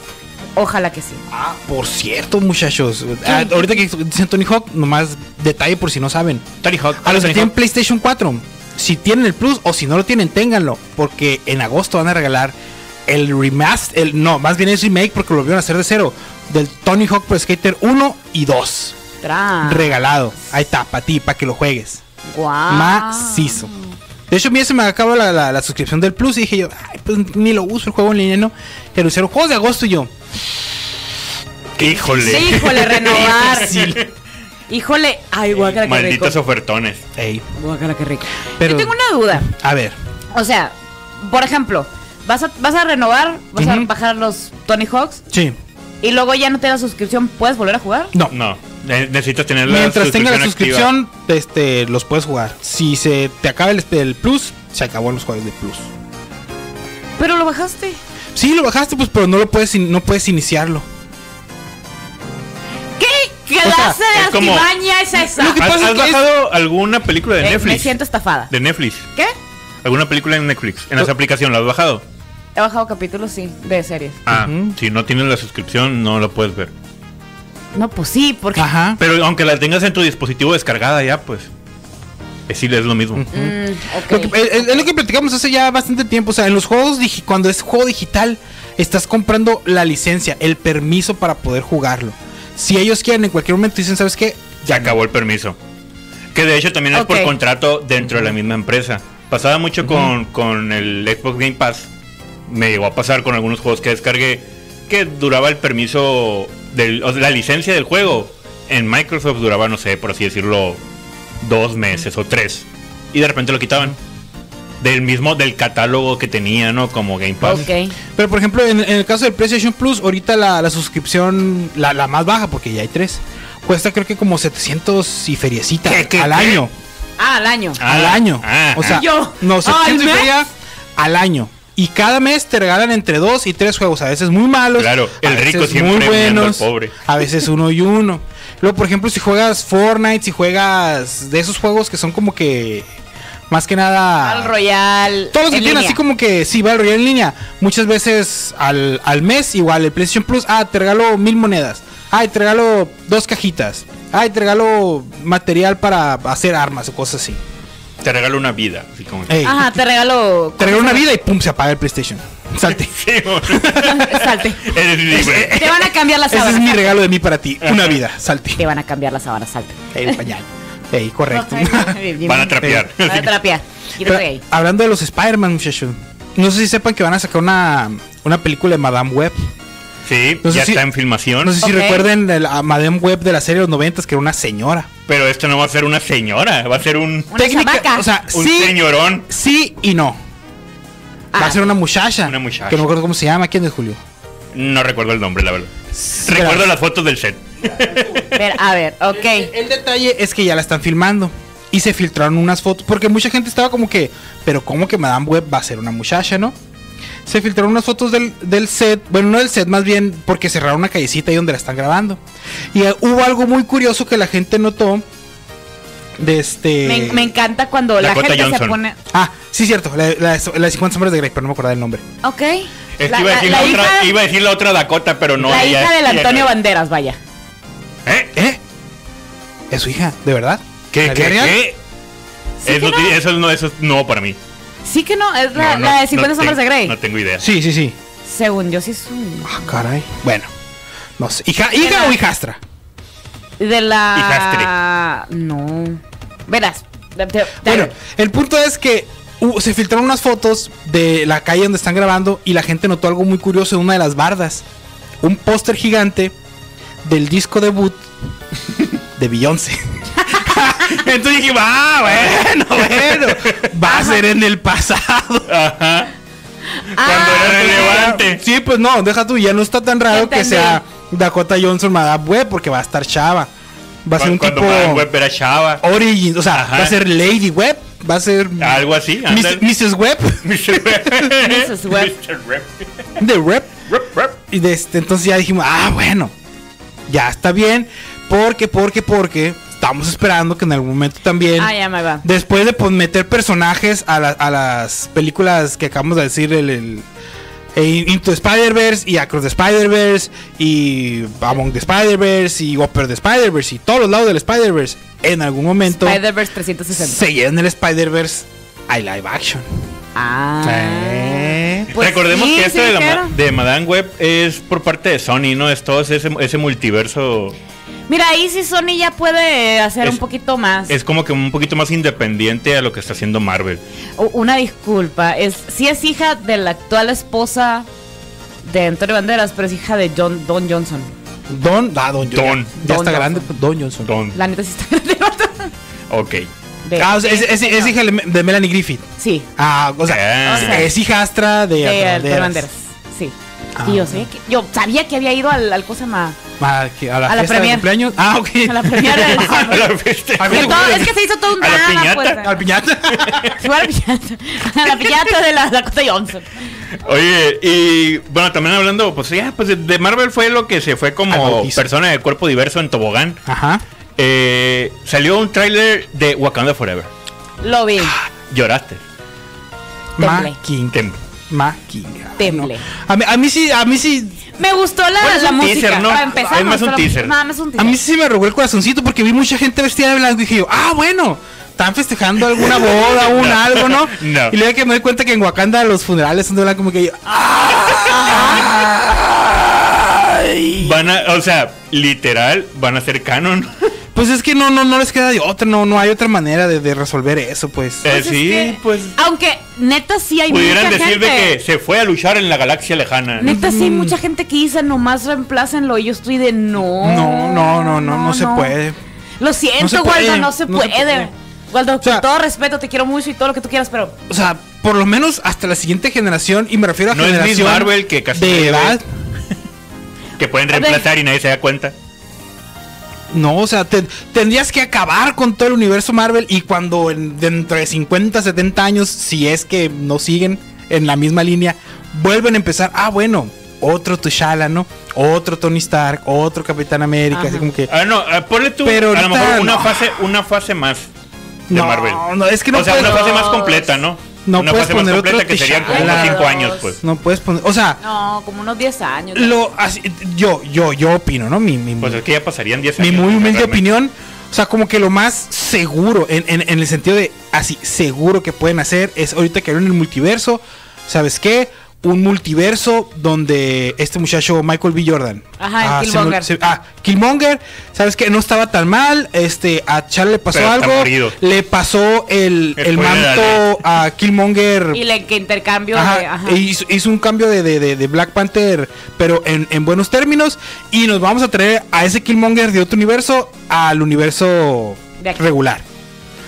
Ojalá que sí. Ah, por cierto, muchachos. ah, ahorita que dicen Tony Hawk, nomás detalle por si no saben. Tony Hawk. A Ah, los que Tony tienen Hawk. PlayStation 4, si tienen el Plus o si no lo tienen, ténganlo. Porque en agosto van a regalar el remaster, el, no, más bien el remake porque lo volvieron a hacer de cero. Del Tony Hawk Pro Skater 1 y 2. Tra. Regalado. Ahí está, para ti, para que lo juegues. Guau. Macizo. De hecho, a mí se me acaba la, la- la suscripción del Plus y dije yo, "Ay, pues ni lo uso el juego en línea, no. Que lo hicieron juegos de agosto y yo. Híjole. Sí, híjole, renovar. Sí. Híjole, ay, guácala que rico. Malditos ofertones. Ey, Guácala que rico. Pero- Yo tengo una duda. a ver. O sea, por ejemplo, vas a, vas a renovar, vas a Ujú. bajar los Tony Hawks Sí. y luego ya no te da suscripción, ¿puedes volver a jugar? No. No. Ne- Necesitas tener la Mientras tenga la activa. suscripción, este, los puedes jugar. Si se te acaba el, el Plus, se acabó los juegos de Plus. Pero lo bajaste. Sí, lo bajaste, pues, pero no lo puedes, in- no puedes iniciarlo. ¿Qué sea, clase es de como- artimaña es esa? Lo que- ¿Has, pasa has que es- bajado alguna película de Eh, Netflix? me siento estafada. De Netflix. ¿Qué? ¿Alguna película en Netflix? En esa Oh. aplicación, ¿la has bajado? He bajado capítulos, sí, de series. Ah, Ujú. si no tienes la suscripción, no la puedes ver. No, pues sí, porque. Ajá. Pero aunque la tengas en tu dispositivo descargada ya, pues. eh, Sí, es lo mismo. Mm, ok. Lo que- pues, es, es lo que platicamos hace ya bastante tiempo. O sea, en los juegos, digi- cuando es juego digital, estás comprando la licencia, el permiso para poder jugarlo. Si ellos quieren, en cualquier momento dicen, ¿sabes qué? Se acabó el permiso. Que de hecho también es Ok. por contrato dentro de la misma empresa. Pasaba mucho con, con el Xbox Game Pass. Me llegó a pasar con algunos juegos que descargué que duraba el permiso, del, o sea, la licencia del juego. En Microsoft duraba, no sé, por así decirlo, dos meses o tres. Y de repente lo quitaban. Del mismo, del catálogo que tenía, ¿no? Como Game Pass. ok. Pero por ejemplo, en, en el caso del PlayStation Plus, ahorita la, la suscripción, la, la más baja, porque ya hay tres, cuesta creo que como 700 y feriecita ¿Qué, qué, al qué? año. Ah, al año. Ah, al año. ah, o sea, ah. Yo. no, ¿Al 700 y mes? feria al año. Y cada mes te regalan entre dos y tres juegos, a veces muy malos. Claro, el a rico veces siempre muy premiando al buenos, pobre. a veces uno y uno. Luego, por ejemplo, si juegas Fortnite, si juegas de esos juegos que son como que más que nada Al Royal. todos los que en tienen línea. así como que sí, va el Royal en línea. Muchas veces al, al mes, igual el PlayStation Plus, ah, te regalo mil monedas. Ah, y te regalo dos cajitas. ay, te regalo material para hacer armas o cosas así. Te regalo una vida. Así como que- Ey, Ajá, te regalo. te regalo una vida y pum, se apaga el PlayStation. Salte. Sí, bueno. Salte. Eres libre. Te van a cambiar la Ese es mi sábana. regalo de mí para ti. Una vida, Te salte. van a cambiar la sábana, salte. Ey, pañal. Ey, correcto. Van a trapear. Van a trapear. Pero, Quítate de ahí. hablando de los Spider-Man, muchachos. No sé si sepan que van a sacar una, una película de Madame Web. Sí, No sé ya si- está en filmación. No sé si Ok. recuerden el- a Madame Web de la serie de los noventas, que era una señora. Pero esto no va a ser una señora, va a ser un, Una chamaca. O sea, un sí, señorón. sí y no. Va Ah, a ser una muchacha. Una muchacha. Que no me acuerdo cómo se llama. ¿Quién es Julio? No recuerdo el nombre, la verdad. Sí, Recuerdo pero- las fotos del set. pero, a ver, ok. El detalle es que ya la están filmando. Y se filtraron unas fotos. Porque mucha gente estaba como que. Pero ¿cómo que Madame Web va a ser una muchacha, no? Se filtraron unas fotos del, del set. Bueno, no del set, más bien porque cerraron una callecita ahí donde la están grabando. Y eh, hubo algo muy curioso que la gente notó. De este. Me, me encanta cuando la Dakota gente se Johnson. pone. Ah, sí, cierto. La, la- la de 50 sombras de Grey, pero no me acordaba el nombre. Ok. Es que La- iba, a la- decir la la hija- otra, iba a decir la otra Dakota, pero no. la ella- hija del ella Antonio no. Banderas, vaya. ¿Eh? ¿Eh? ¿Es su hija? ¿De verdad? ¿Qué, ¿La qué, vida real? qué? Sí eso, que no. eso no, eso es nuevo para mí. Sí que no, es la, No, no, la de 50 no sombras de tengo- Grey. No tengo idea. Sí, sí, sí. Según yo sí es un... Ah, caray. Bueno, no sé. ¿Hija, hija Era- o hijastra? De la... No. Verás. te- te- Bueno, el punto es que hubo- se filtraron unas fotos de la calle donde están grabando y la gente notó algo muy curioso en una de las bardas. Un póster gigante del disco debut de Beyoncé. Entonces dije, va, bueno, bueno, va a ser en el pasado. Ajá. Cuando Ah, era relevante. Sí, pues no, deja tú, ya no está tan raro que Entendí. sea Dakota Johnson Madame Web porque va a estar chava. Va a ser Cu- un cuando tipo Madame Web era chava. Origin, o sea, Ajá. va a ser Lady Web, va a ser Algo así. ándale. Miss- Mrs. Web Mr. Web. Mrs. Web. Mr. Web. de Web. Rep, rep. Y de este, entonces ya dijimos, ah, bueno, ya está bien. Porque, porque, porque estamos esperando que en algún momento también, Ah, ya me va. después de pues, meter personajes a, la- a las películas que acabamos de decir, el, el- eh, Into the Spider-Verse y Across the Spider-Verse y Among the Spider-Verse y Upper the Spider-Verse y todos los lados del Spider-Verse, en algún momento Spider-Verse 360. se llevan el Spider-Verse a live action. Ah. Sí. Pues Recordemos sí, que esto sí de, la ma- dijeron. de Madame Web es por parte de Sony, ¿no? Es todo ese, ese multiverso. Mira, ahí sí Sony ya puede hacer Es- un poquito más. Es como que un poquito más independiente a lo que está haciendo Marvel. U- Una disculpa, es sí es hija de la actual esposa de Antonio Banderas, pero es hija de John Don Johnson. Don, ah, Don, Don. Johnson. ya Don está Johnson. grande, Don Johnson. Don- La neta sí está grande. el vato. Ok. De- Ah, o sea, es, es- es hija de Me- de Melanie Griffith. Sí, Ah, o Ah. sea, o sea, es hijastra de, de Antonio Antonio Banderas. Sí. Ah, y yo bueno. sabía que, yo sabía que había ido al, al cosa más. Ah, que a la, A la fiesta de premier. cumpleaños. Ah, ok. A la premier del A la fiesta. A mí Que me todo- ocurre- es que se hizo todo un a la drama. piñata, pues, Al piñata. Fue a la piñata. A la piñata de la Dakota Johnson. Oye, y bueno, también hablando, pues ya, pues de- de Marvel fue lo que se fue Al como bautizo. persona de cuerpo diverso en tobogán. Ajá. Eh, salió un tráiler de Wakanda Forever. Lo vi. Lloraste. Temble. Maquinga. Tem- Maquinga. Temble. No. A, mí, a mí sí, a mí sí, Me gustó la, Bueno, es la un música. teaser, ¿no? Para empezar, Es me más gustó un la- teaser. Nada más un teaser. a mí sí se me arrugó el corazoncito porque vi mucha gente vestida de blanco y dije yo, ah, bueno. Están festejando alguna boda, un No. algo, ¿no? No. Y luego que me doy cuenta que en Wakanda los funerales son de blanco como que yo, ah, Van a, o sea, literal, van a ser canon. pues es que no, no, no les queda de otra, no, no hay otra manera de, de resolver eso, pues. Eh, Pues es sí, que- pues. Aunque neta sí hay Pudieran mucha decir de gente. que se fue a luchar en la galaxia lejana. ¿no? Neta sí hay Mm. mucha gente que dice nomás reemplácenlo y yo estoy de no. No, no, no, no, no, se puede. Lo siento, No se puede, Waldo, no se no se puede. puede. Waldo, sea- con todo respeto, te quiero mucho y todo lo que tú quieras, pero O sea, por lo menos hasta la siguiente generación, y me refiero a No es Miss generación Marvel, que casi nadie de ve. edad. Que pueden A ver. reemplazar y nadie se da cuenta. No, o sea, te- tendrías que acabar con todo el universo Marvel y cuando en- dentro de 50, 70 años, si es que no siguen en la misma línea, vuelven a empezar, ah, bueno, otro T'Challa, ¿no? Otro Tony Stark, otro Capitán América, Ajá. así como que... Ah, no, ah, ponle tú Pero a lo ahorita mejor una no. fase, una fase más de no, Marvel. no, es que no o sea, una puedes- fase más completa, ¿no? No una puedes fase más poner completa otro que serían como T'Challa. unos 5 años, pues. No puedes poner. O sea, No, como unos 10 años. lo, así- yo, yo, yo opino, ¿no? Mi, mi, Pues es que ya pasarían 10 mi años. muy o sea, humilde realmente. opinión. O sea, como que lo más seguro, en, en- en el sentido de así, seguro que pueden hacer, es ahorita que en el multiverso, ¿sabes qué? Un multiverso donde este muchacho Michael B. Jordan. Ajá, el ah, se me- Killmonger. se- ah, Killmonger, ¿sabes qué? No estaba tan mal. Este, a Charles le pasó Pero está algo. morido. Le pasó el, el Spoiler manto alert. a Killmonger. Y le que intercambio Ajá, de. Ajá. e Hizo, hizo un cambio de, de- de- de Black Panther, pero en, en buenos términos. Y nos vamos a traer a ese Killmonger de otro universo al universo De aquí. regular.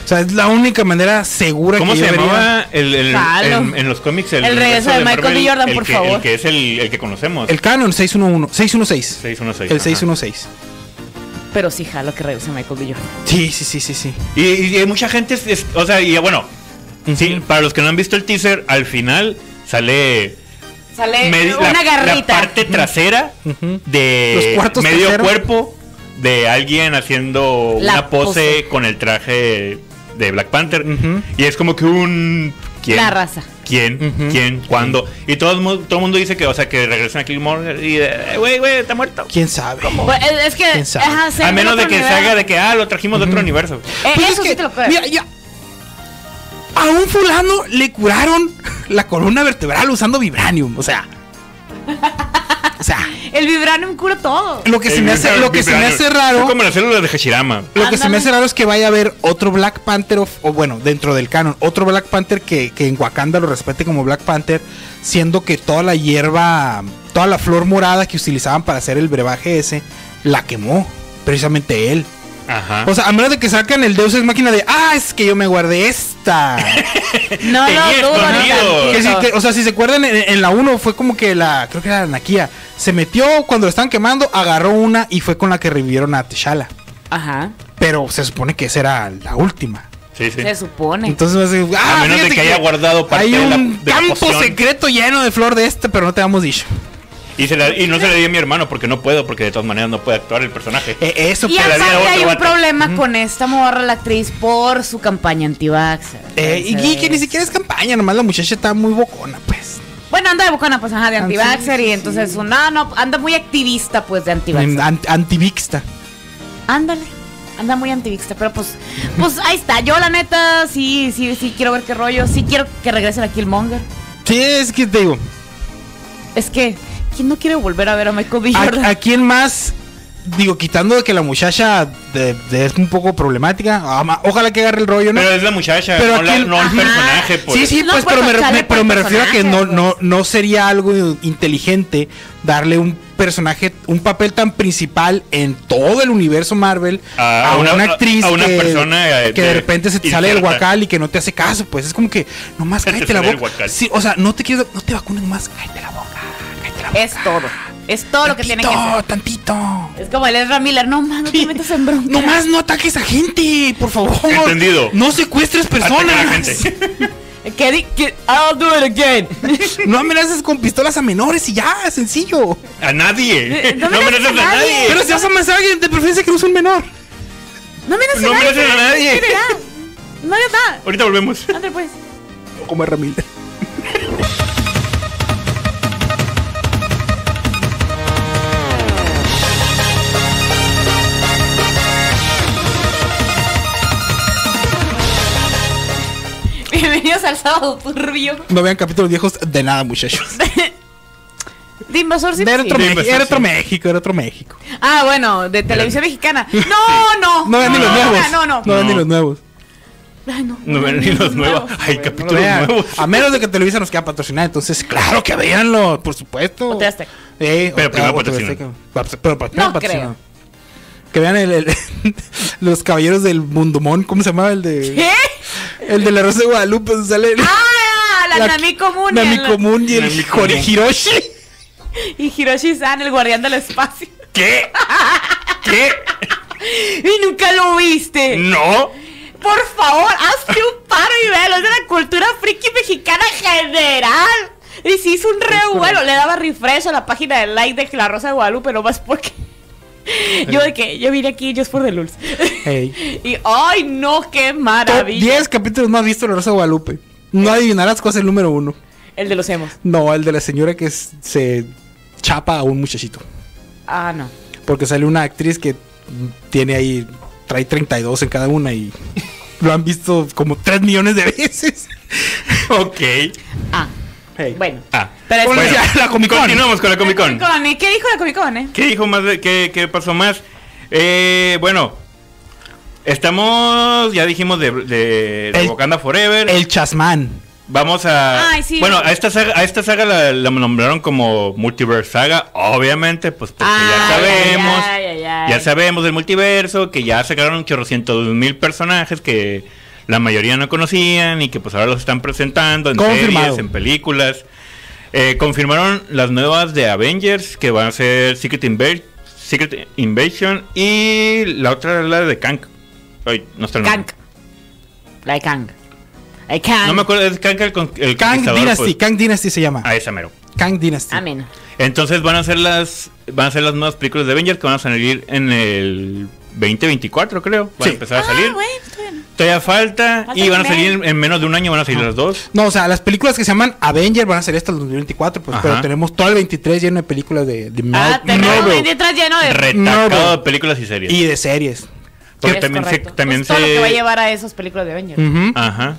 O sea, es la única manera segura ¿Cómo que se yo vería. llamaba el, el- Jalo. en, en los cómics? El regreso universo de Michael B. Jordan, el por que- favor. El que es el, el que conocemos. El canon 611. 616. 616. el ajá. 616. Pero sí, jalo que regrese Michael B. Jordan. Sí, sí, sí, sí, sí. Y, y hay mucha gente, es- es- o sea, y bueno, sí, Ujú. para los que no han visto el teaser, al final sale Sale medi- Eh, una garrita. la parte trasera Ujú. de Los cuartos medio traseros. cuerpo de alguien haciendo La una pose, pose. con el traje de Black Panther. Ujú. Y es como que un... ¿Quién? La raza. ¿Quién? Ujú. ¿Quién? ¿Cuándo? Y todo el mu- todo el mundo dice que, o sea, que regresen a Killmonger y... eh, Güey, güey, está muerto. ¿Quién sabe? Pues, es, es que. ¿Quién sabe? ajá, ser A menos de otro que se nivel. haga de que, ah, lo trajimos de otro universo. Eh, Pues eso es sí que, te lo creo. Mira, ya. A un fulano le curaron la columna vertebral usando vibranium. O sea. o sea. El vibranium cura todo. Lo que se me hace, lo que se me hace raro. Es como las células de Hashirama. Lo que se Ándale. me hace raro es que vaya a haber otro Black Panther, of- o bueno, dentro del canon, otro Black Panther que, que en Wakanda lo respete como Black Panther, siendo que toda la hierba, toda la flor morada que utilizaban para hacer el brebaje ese, la quemó, precisamente él. Ajá. O sea, a menos de que sacan el Deus Ex Máquina de, ah, es que yo me guardé esta. No Tenía lo dudo. ni escondido. tantito. Que si te- o sea, si se acuerdan, en, en la 1 fue como que la, creo que era la Nakia, se metió cuando la estaban quemando, agarró una y fue con la que revivieron a T'Challa. Ajá. Pero se supone que esa era la última. Sí, sí. Se supone. Entonces vas a decir, A menos de fíjate que haya guardado parte Hay de la- un de la campo poción". secreto lleno de flor de este, pero no te hemos dicho. Y, se la- y no se le di a mi hermano porque no puedo, porque de todas maneras no puede actuar el personaje. Eh, eso, y pero- la vida aparte de otro hay un vato. problema con esta morra, la actriz, por su campaña anti-vax. eh, y, y que ni siquiera es campaña, nomás la muchacha está muy bocona, pues. Bueno, anda de bocona, pues, ajá, de Ah, anti-vaxxer. sí, y sí, entonces, no, no, anda muy activista, pues, de anti-vaxxer. Ant- Antivixta. Ándale. Anda muy antivixta, pero pues, pues ahí está. Yo la neta, sí, sí, sí quiero ver qué rollo. Sí quiero que regrese la Killmonger. Sí, es que te digo, Es que, ¿quién no quiere volver a ver a Michael B. Jordan? ¿a, a quién más? Digo, quitando de que la muchacha de- de- es un poco problemática, ah, ma- ojalá que agarre el rollo, ¿no? Pero es la muchacha, Pero no, la- aquí- no el Ajá. personaje. Pues. Sí, sí, No, pues, pues, pero, me, sale me- por pero me refiero a que no, personaje, no, no sería algo inteligente darle un personaje, un papel tan principal en todo el universo Marvel A- a, a una, una- actriz a una que, persona, eh, que de, de- repente se te sale del incierta. guacal y que no te hace caso, pues es como que nomás Se te cállate la sale del boca. guacal. Sí, o sea, no te quieres, no te vacunes más, cállate la boca, cállate la boca. Es todo. Es todo lo que tiene que hacer. Tantito, tantito. Es como el Ezra Miller. No, más, no te metas en bronca. Nomás no ataques a gente, por favor. Entendido. No secuestres Ataca personas. a la gente. Que di- que- I'll do it again. No amenaces con pistolas a menores y ya, sencillo. A nadie. Eh, No mereces a nadie. Pero si vas a amenazar a alguien, de preferencia que no sea un menor. No me No hagas mereces a nadie. No hagas nada. Ahorita volvemos. Ándale, pues. Como herramienta. Bienvenidos al sábado turbio. No vean capítulos viejos de nada, muchachos. De Invasor sí. Era otro, Sí, Meji- pues, era sí. otro México, era otro México. Ah, bueno, de televisión mexicana. No, no. No vean ni los no, nuevos. No, no. No vean ni No. los nuevos. Ay, no. No ven ni los nuevos. Hay No capítulos vean. nuevos. A menos de que Televisa nos queda patrocinada, entonces claro que véanlo, por supuesto. O TV Azteca. Eh, Pero o- primero o TV patrocinado. Azteca. Pa- Pero pa- primero No creo. patrocinado. Que vean el, el- los caballeros del Mundumón, ¿cómo se llamaba el de ¿Qué? el de la Rosa de Guadalupe? donde Sale el- Ah, la, Nami común. Nami Común y el Nami Común. Hori- Hiroshi. Y Hiroshi-san, el guardián del espacio. ¿Qué? ¿Qué? Y nunca lo viste. No. Por favor, hazte un paro y velo. Es de la cultura friki mexicana general. Y si hizo un revuelo, le daba refresh a la página de like de La Rosa de Guadalupe, nomás porque. Yo de que yo vine aquí, yo es por de Lulz. Ey. Y ay no, qué Top maravilla. 10 capítulos más vistos de la Rosa de Guadalupe. No Eh. adivinarás cuál es el número uno. El de los hemos. No, el de la señora que es- se chapa a un muchachito. Ah, no. Porque sale una actriz que tiene ahí, trae 32 en cada una y lo han visto como 3 millones de veces. Ok. Ah, Hey. bueno. Ah. Pero es- Bueno, Ya, la Comic Con. Continuamos con la Comic Con. ¿y ¿Qué dijo la Comic Con, eh? ¿Qué dijo más de, qué, qué pasó más? Eh, bueno, estamos, ya dijimos de, de, de El- Wakanda Forever. El chasmán. Vamos a. Ay, sí. Bueno, a esta saga, a esta saga la, la nombraron como Multiverse Saga, obviamente, pues porque ya sabemos. Ay, ay, ay. Ya sabemos del multiverso, que ya sacaron un chorrocientos mil personajes que la mayoría no conocían y que pues ahora los están presentando en Confirmado. series, en películas. Eh, confirmaron las nuevas de Avengers, que van a ser Secret, Inva- Secret Invasion y la otra es la de Kang. Ay, no está el nombre. Kang. La de Kang. La de Kang. No me acuerdo, es Kang el, con- el Kang conquistador, Dynasty. pues. Kang Dynasty se llama. Ah, esa mero. Kang Dynasty. Amén. Entonces van a ser las van a ser las nuevas películas de Avengers que van a salir en el 2024, creo. Van Sí. a empezar a salir. Ah, bueno, está bien. Todavía falta Falta y van a salir también. en, en menos de un año, van a salir las dos. No, o sea, las películas que se llaman Avenger van a salir hasta el 2024, pues, Ajá. pero tenemos todo el 23 lleno de películas de, de Ah, Mar- tenemos Marvel un detrás lleno de. Retacado No, de bro. películas y series. y de series. Porque Es también se, correcto. también Pues Todo lo que va a se Mm, llevar a esas películas de Avengers. Ujú. Ajá.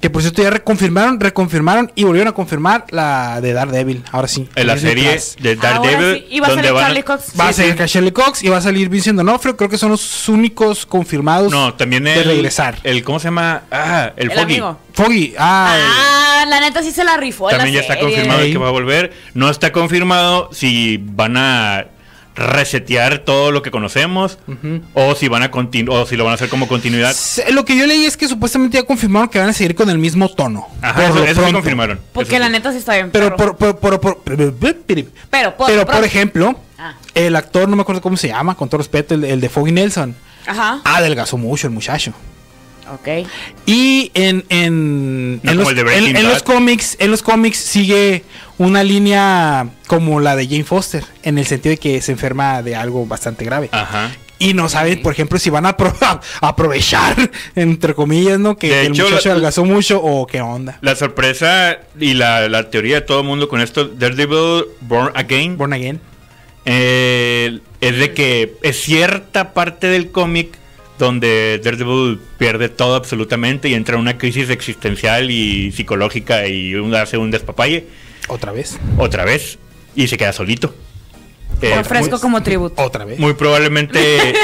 Que por cierto ya reconfirmaron, reconfirmaron y volvieron a confirmar la de Daredevil, ahora sí. En la Disney serie Plus. de Ahora Daredevil sí, Y va a donde salir van Charlie Cox. Va a Sí, salir sí. Shelley Cox y va a salir Vincent D'Onofrio. Creo que son los únicos confirmados. No, también De el regresar. el cómo se llama? Ah, el, El Foggy. amigo. Foggy. Ah, Ah, la neta sí se la rifó. en la También ya está serie. confirmado Ey. que va a volver. No está confirmado si van a resetear todo lo que conocemos o si van a continu- o si lo van a hacer como continuidad. se- Eh, Lo que yo leí es que supuestamente ya confirmaron que van a seguir con el mismo tono. Ajá, Por eso, lo eso sí pronto. confirmaron. Porque Eso la sí. neta sí está bien. Pero perro. por, por, por, por- pero Pero por. por ejemplo, Ah. el actor, no me acuerdo cómo se llama, con todo respeto, el, el de Foggy Nelson, Ajá. Ah. adelgazó mucho el muchacho. Eh, Ok. Y en, en, No en como los, el de Breaking en- en Bad. los cómics, en los cómics sigue una línea como la de Jane Foster, en el sentido de que se enferma de algo bastante grave. Ajá. Y no saben, por ejemplo, si van a, apro- a aprovechar, entre comillas, ¿no? Que De el hecho, muchacho la- adelgazó mucho o qué onda. La sorpresa y la, la teoría de todo el mundo con esto, Daredevil Born Again, Born again. eh, es de que es cierta parte del cómic donde Daredevil pierde todo absolutamente y entra en una crisis existencial y psicológica y un- hace un despapalle Otra vez. otra vez y se queda solito. Eh, Te ofrezco muy- como tributo. Otra vez. muy, probablemente...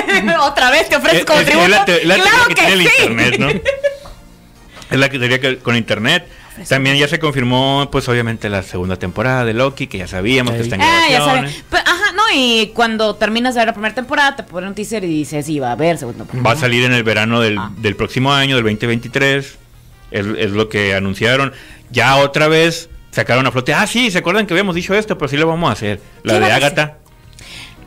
oh. Otra vez te ofrezco como es- es tributo. la te- la teoría claro que que, tiene eh, el sí. internet, ¿no? Es la que teoría que- con internet. También ya se confirmó, pues obviamente, la segunda temporada de Loki, que ya sabíamos que Ey. está en Ah, ya grabaciones. sabes. Pero, ajá, no, y cuando terminas de ver la primera temporada, te ponen un teaser y dices, sí, va a haber segunda Va temporada. a salir en el verano del, Ah. del próximo año, del 2023. Es, es lo que anunciaron. Ya otra vez sacaron a flote. Ah, sí, ¿se acuerdan que habíamos dicho esto? Pero sí lo vamos a hacer. La ¿Qué de van a Agatha.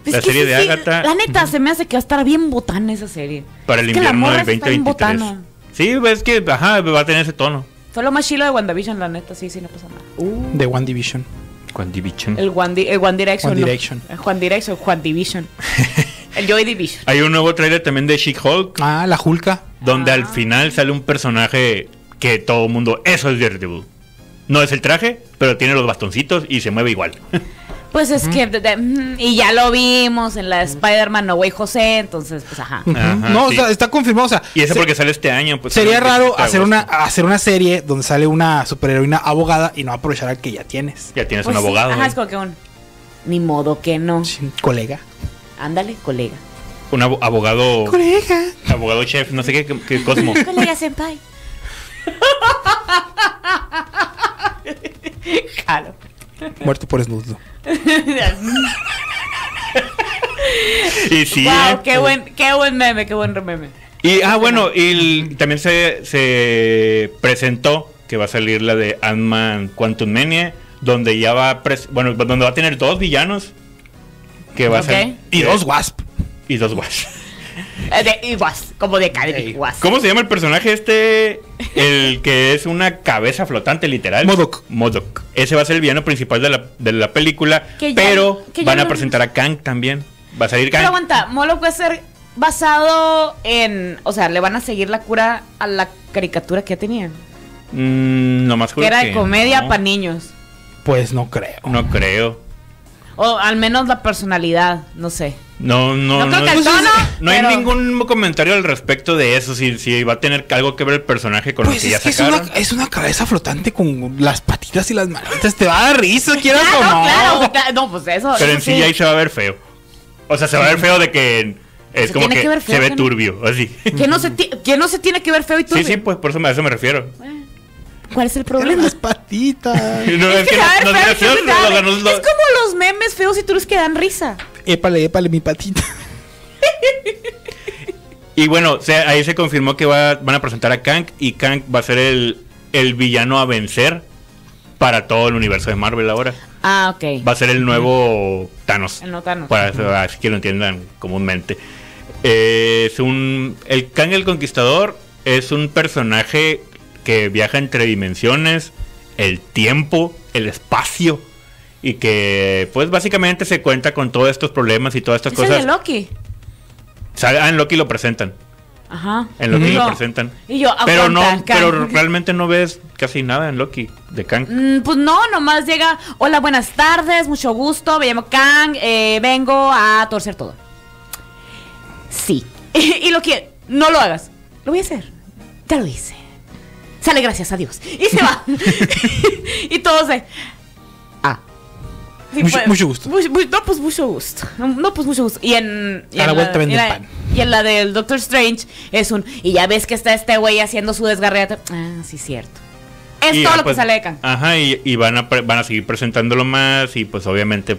Es la que serie sí, de sí, Agatha. La neta, se me hace que va a estar bien botana esa serie. Para Es el que la invierno morra del está bien 2023. botana. Sí, es que ajá, va a tener ese tono. Fue lo más chilo de WandaVision, la neta, sí, sí, no pasa nada. De One Division. Con Division. El One, Di- el One Direction. One no. Direction. El One Direction, Juan Division. el Joy Division. Hay un nuevo trailer también de She-Hulk. Ah, la Julka. Donde Ah. al final sale un personaje que todo el mundo. Eso es Daredevil. No es el traje, pero tiene los bastoncitos y se mueve igual. Pues es que. de- de- mm, y ya lo vimos en la de Spider-Man No Way José, entonces, pues Mm, ajá. Ajá, no, sí. o sea, está confirmado. O sea, Y eso se- porque sale este año. Pues, sería sale el raro 27 de hacer una, agosto. hacer una serie donde sale una superheroína abogada y no aprovechar al que ya tienes. Ya tienes Pues un sí, abogado. ¿eh? Ajá, güey. es como que un. Ni modo que no. eh. Sí, Colega. Ándale, colega. Un abo- abogado. Colega. Abogado chef, no sé qué, qué- qué Cosmo. Colega senpai. Jalo. Muerto por esnudo. Y sí. wow, eh. qué buen, qué buen meme, qué buen meme. Y Este ah, bueno, y el- también se, se presentó que va a salir la de Ant-Man Quantum Mania, donde ya va a pres- bueno, donde va a tener dos villanos. Que va Ok. a ser. Y dos Wasp. Y dos guas. Eh, De Iguas, como de Academy Ey. Guas. ¿Cómo se llama el personaje este? El que es una cabeza flotante, literal. Modok. Modok. Ese va a ser el villano principal de la, de la película. Que ya- pero que ya van a lo- presentar a Kang también. Va a salir Kang. Pero aguanta, Molo puede ser basado en. O sea, le van a seguir la cura a la caricatura que ya tenían. Mm, lo más Que seguro era que de comedia no. para niños. Pues no creo. No creo. O al menos la personalidad, no sé. No, no, No creo no. que el no, tono, hay pero- ningún comentario al respecto de eso. Si, si va a tener algo que ver el personaje con lo Pues que ya es que es sacaron. una, es una cabeza flotante con las patitas y las manitas. Te va a dar risa, quieras Ah, o no, no. claro, claro, no, pues eso. Pero eso en sí ahí se va a ver feo. O sea, se va a ver feo de que es Se como tiene que, que ver feo, se ve ¿no? turbio, así. Que no, se ti- que no se tiene que ver feo y Sí, pues, turbio. sí, pues por eso me- a eso me refiero. ¿Cuál es el Tiene problema? las patitas. No, Es que a ver, nos feo y gracioso, turbio te no, dan- no, Es no. como los memes feos y turbios que dan risa. épale, épale, mi patita. Y bueno, se- ahí se confirmó que va, van a presentar a Kang y Kang va a ser el, el villano a vencer para todo el universo de Marvel ahora. Ah, ok. Va a ser el nuevo Thanos. El nuevo Thanos. Para eso, así que lo entiendan comúnmente. Eh, es un, el Kang el Conquistador es un personaje que viaja entre dimensiones, el tiempo, el espacio. Y que, pues, básicamente se cuenta con todos estos problemas y todas estas Es el cosas. de Loki. Sale- ah, en Loki lo presentan. Ajá. En Loki Ujú. lo presentan. Y yo, Pero no, aguanta, Kang. pero realmente no ves casi nada en Loki de Kang. Mm, Pues no, nomás llega, hola, buenas tardes, mucho gusto, me llamo Kang, eh, vengo a torcer todo. Sí. y lo que, no lo hagas. Lo voy a hacer. Ya lo hice. Sale gracias a Dios. Y se va. y todo se... Ah. Sí, pues, Mucho- mucho gusto. Mucho- mu- no, pues mucho gusto. No, no, pues mucho gusto. Y en... y A en la vuelta venden y en la- pan. Y en la del Doctor Strange es un... Y ya ves que está este güey haciendo su desgarreata. Ah, sí, cierto. Es Y, todo ah, lo pues, que sale de Kang. Ajá, y, y van, a pre- van a seguir presentándolo más y pues obviamente,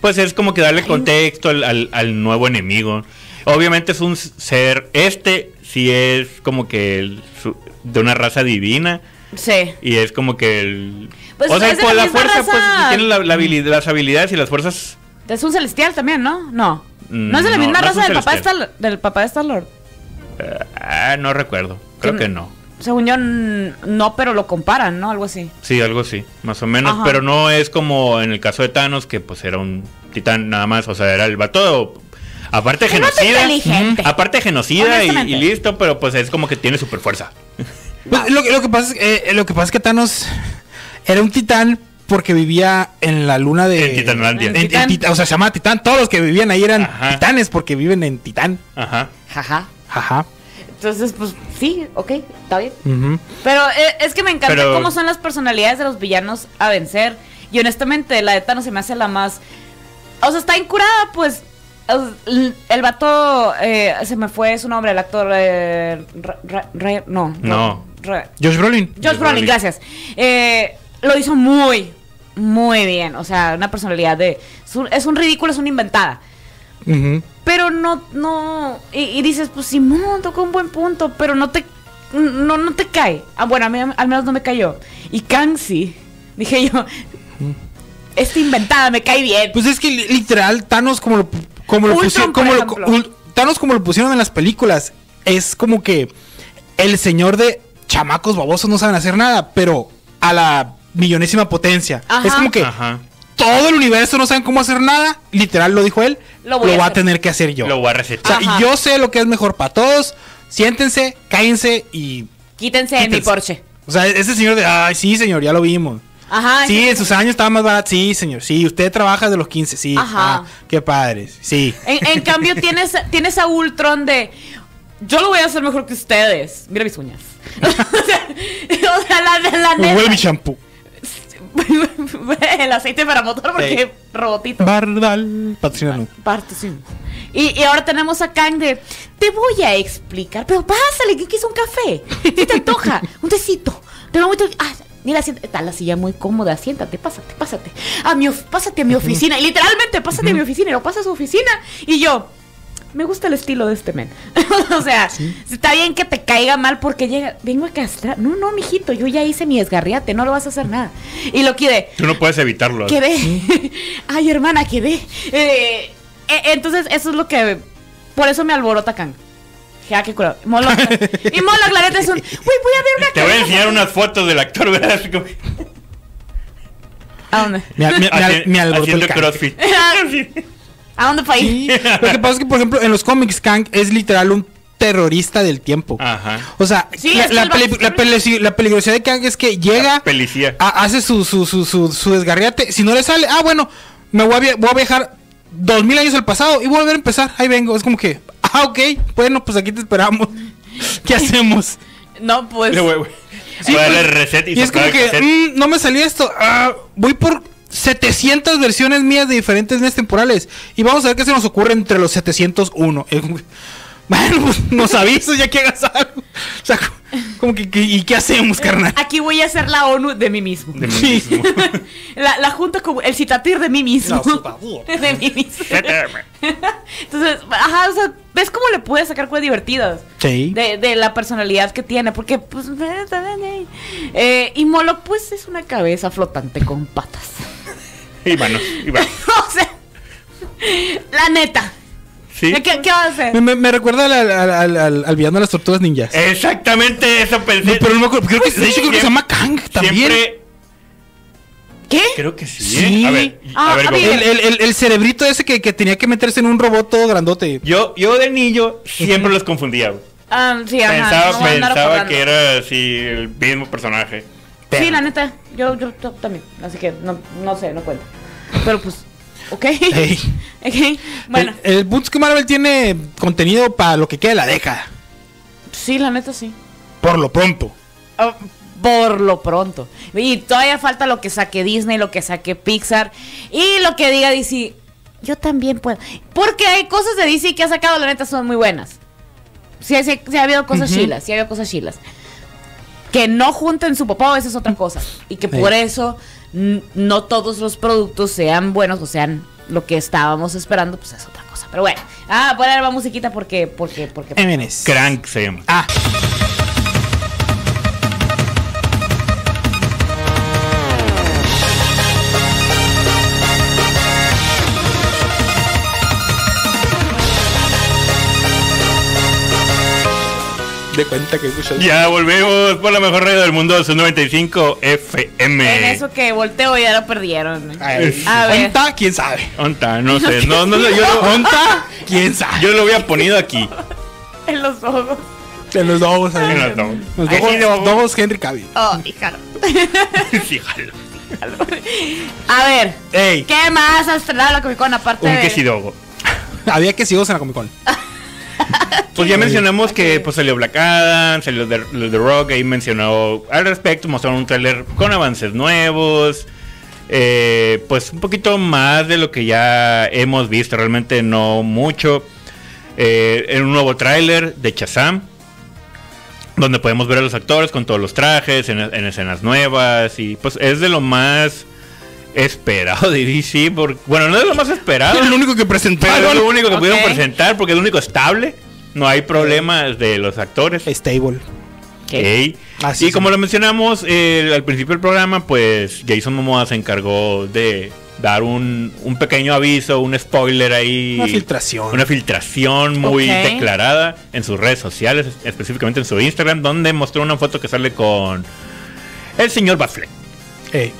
pues es como que darle contexto al, al- al nuevo enemigo. Obviamente es un ser, este sí es como que el- su- de una raza divina Sí. y es como que el... Pues, o sea, es de con la la, misma fuerza, raza. pues tiene la- la habili- las habilidades y las fuerzas... Es un celestial también, ¿no? No. Mm, No es de la no, misma no es raza un del papá, de celestial. Star- del papá de Star Lord. ah, no recuerdo, creo Sí. que no. Según yo, n- no, pero lo comparan, ¿no? Algo así. Sí, algo así, más o menos, Ajá. pero no es como en el caso de Thanos, que pues era un titán nada más, o sea, era el vato, aparte Un vato genocida, inteligente. Ujú, aparte genocida y, Honestamente. y listo, pero pues es como que tiene super fuerza. Pues, lo, que- lo que pasa es, que, eh, lo que pasa es que Thanos era un titán porque vivía en la luna de. En Titanlandia. En- en Titán. Tita- o sea, se llama Titán. Todos los que vivían ahí eran Ajá. titanes porque viven en Titán. Ajá. Jaja. Ajá. Entonces, pues sí, ok, está bien. Ujú. Pero eh, es que me encanta Pero- cómo son las personalidades de los villanos a vencer. Y honestamente, la de Thanos se me hace la más. O sea, está incurada, pues. O sea, l- El vato. eh, se me fue su nombre, el actor. eh, Ra- Ra- Ra- no. No. Ra- Josh Brolin. Josh Josh Brolin, Brolin. gracias. Eh, lo hizo muy, muy bien. O sea, una personalidad de. Es un, es un ridículo, es una inventada. Ujú. Pero no, no. Y, y dices, pues Simón tocó un buen punto, pero no te. No, no te cae. Ah, bueno, a mí al menos no me cayó. Y Kang sí. Dije yo. Esta inventada me cae bien. Mm. Pues es que li- literal, Thanos como lo, como lo Ultron, pusieron. por Como ejemplo. lo- ul- Thanos como lo pusieron en las películas. Es como que el señor de chamacos babosos no saben hacer nada, pero a la millonésima potencia. Ajá. Es como que Ajá. todo el universo no saben cómo hacer nada. Literal lo dijo él. Lo Lo, voy a va a hacer. tener que hacer yo. Lo voy a O sea, recetar. Ajá. yo sé lo que es mejor para todos. Siéntense, cállense y. Quítense de mi quítense. Porsche. O sea, ese señor de. Ay, sí, señor, ya lo vimos. Ajá. Sí, en sus años estaba más barato. Sí, señor. Sí, usted trabaja de los 15. Sí. Ajá. Ah, qué padre. Sí. En, en cambio, tienes, tienes a Ultron de. Yo lo voy a hacer mejor que ustedes. Mira mis uñas. o sea, o sea, la, la neta. Huele mi champú. el aceite para motor porque Sí. robotito. Bardal. Patrocínalo. Parte, sí. Y, y ahora tenemos a Kang de. Te voy a explicar. Pero pásale, que quieres un café? ¿Qué te antoja? Un tecito. Te lo voy a- Ah, mira, siéntate. Está la silla muy cómoda. Siéntate, pásate, pásate. A mi of- Pásate a mi oficina. Y literalmente, pásate a mi oficina. Y lo pasa a su oficina. Y yo. Me gusta el estilo de este men. o sea, está bien que te caiga mal porque llega. Vengo a castrar. No, no, mijito, yo ya hice mi desgarriate, no lo vas a hacer nada. Y lo quiere. Tú no puedes evitarlo. Quedé. Ay, hermana, quedé. Eh, eh, entonces, eso es lo que. Por eso me alborota Kang. Dije, ah, qué curado. Moloch. y Moloch, la neta, es un. Uy, voy a ver una Te voy a cabeza". enseñar unas fotos del actor, ¿verdad? Así como- ¿A dónde? Me, al- me, al- haci- me alborotó el haciendo Kang. crossfit. ¿A dónde fue ahí? Sí, Lo que pasa es que, por ejemplo, en los cómics, Kang es literal un terrorista del tiempo. Ajá. O sea, Sí, la, es que la el peli- vato- la peli- la peligrosidad de Kang es que llega, Pelicía. a- hace su, su, su, su, su desgarriate. Si no le sale, ah, bueno, me voy a, via- voy a viajar dos mil años al pasado y voy a volver a empezar. Ahí vengo. Es como que, ah, ok, bueno, pues aquí te esperamos. ¿Qué hacemos? No, pues. Le voy, güey. Sí, Voy a darle pues, reset y, Y es sacar como el que, cassette. "Mm, no me salió esto. Ah, voy por 700 versiones mías de diferentes líneas temporales. Y vamos a ver qué se nos ocurre entre los 701. Es como que, Bueno, pues, nos avisas ya que hagas algo. O sea, co- como que, que- ¿y qué hacemos, carnal? Aquí voy a hacer la ONU de mí mismo. De mí Sí. mismo. la, la junta con el citatir de mí mismo. No, por favor. de mí mismo. mm. Entonces, ajá, o sea, ves cómo le puedes sacar cosas divertidas. Sí. De, de la personalidad que tiene, porque pues... eh, y Molo pues es una cabeza flotante con patas. y bueno, y bueno. o sea, la neta. Sí. ¿Qué, ¿Qué va a hacer? Me, me- me recuerda al, al, al, al- al villano de las tortugas ninjas. Exactamente eso No, pensé. pero no me acuerdo. Creo que, Eh, Pues sí, de hecho, creo que se siempre- llama Kang también. Siempre. ¿Qué? Creo que sí. Sí. ¿eh? A ver, Ah, a ver, a Goku. ver. El, el- el- el cerebrito ese que, que tenía que meterse en un robot todo grandote. Yo, yo de niño siempre los confundía. güey. Ah, sí, ajá, Pensaba, no voy a andar pensaba acordando. que era así el mismo personaje. Sí, la neta, yo, yo, yo también, así que no, no sé, no cuenta. Pero pues, ok. Ey. Eh, Ok, bueno, El, el punto es que Marvel tiene contenido para lo que quede la década. eh. sí, la neta sí. Por lo pronto. Ah, Por lo pronto. Y todavía falta lo que saque Disney, lo que saque Pixar y lo que diga DC. Yo también puedo. Porque hay cosas de DC que ha sacado, la neta, son muy buenas. Sí, sí, sí ha habido cosas Ujú. chilas, sí ha habido cosas chilas. Que no junten su papá, esa es otra cosa. Y que Sí. por eso n- no todos los productos sean buenos o sean lo que estábamos esperando, pues es otra cosa. Pero bueno, ah, poner la musiquita porque, porque, porque. MNs. Crank se llama. Ah. De cuenta que escuchas. Ya volvemos por la mejor radio del mundo, su 95 FM. En eso que volteo ya lo perdieron. ¿eh? Ay, A ver. ¿Onta? ¿Quién sabe? Onta, no sé. No, no, no, yo lo, ¿Onta? ¿Quién sabe? yo lo había ponido aquí. En los ojos. En los dogos, ahí. En los dos. Los Ahí sí, dogos, dogos. dogos Henry Cavill. Oh, hija. Sí, jalo. A ver, Ey, ¿qué más has estrenado la Comic Con aparte Un de- quesidogo. había que sigos en la Comic Con. Pues ya mencionamos que pues, salió Black Adam, salió The, lo de Rock, ahí mencionó al respecto, mostraron un tráiler con avances nuevos, eh, pues un poquito más de lo que ya hemos visto, realmente no mucho. Eh, en un nuevo tráiler de Shazam, donde podemos ver a los actores con todos los trajes, en, en escenas nuevas, y pues es de lo más esperado de DC, porque, bueno, no es lo más esperado. Era el único que presentaron. Pero es lo único que pudieron Ok. presentar porque es lo único estable. No hay problemas de los actores. Stable. Ok. Así y es. como lo mencionamos eh, al principio del programa, pues Jason Momoa se encargó de dar un, un pequeño aviso, un spoiler ahí. Una filtración. Una filtración muy Ok. declarada en sus redes sociales, específicamente en su Instagram, donde mostró una foto que sale con el señor Batfleck. Ey,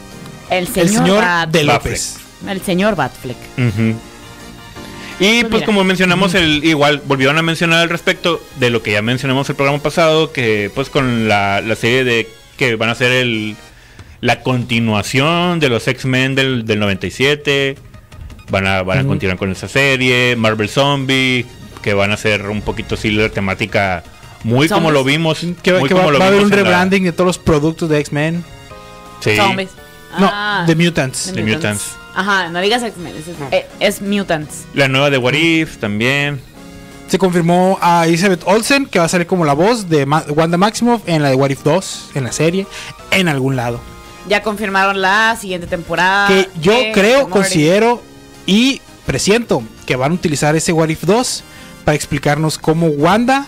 El el señor, señor Bat- de Batfleck. López. El señor Batfleck. Ujú. Pues Y pues, mira. como mencionamos el igual volvieron a mencionar al respecto de lo que ya mencionamos el programa pasado que pues con la, la serie de que van a ser el la continuación de los X-Men del, del 97 van a van a Ujú. continuar con esa serie Marvel Zombie que van a ser un poquito así la temática muy como Zombies. lo vimos Mm, Que, va- muy que va, como lo va a haber vimos un en la- rebranding de todos los productos de X-Men. sí. Zombies. No, Ah, de Mutants. de The Eh, Mutants. Ajá, no digas X-Men. Es, es- es Mutants. la nueva de What If también Se confirmó a Elizabeth Olsen que va a salir como la voz de Ma- Wanda Maximoff en la de What If 2, en la serie, en algún lado. Ya confirmaron la siguiente temporada. que yo de creo, Rick and Morty. considero y presiento que van a utilizar ese What If 2 para explicarnos cómo Wanda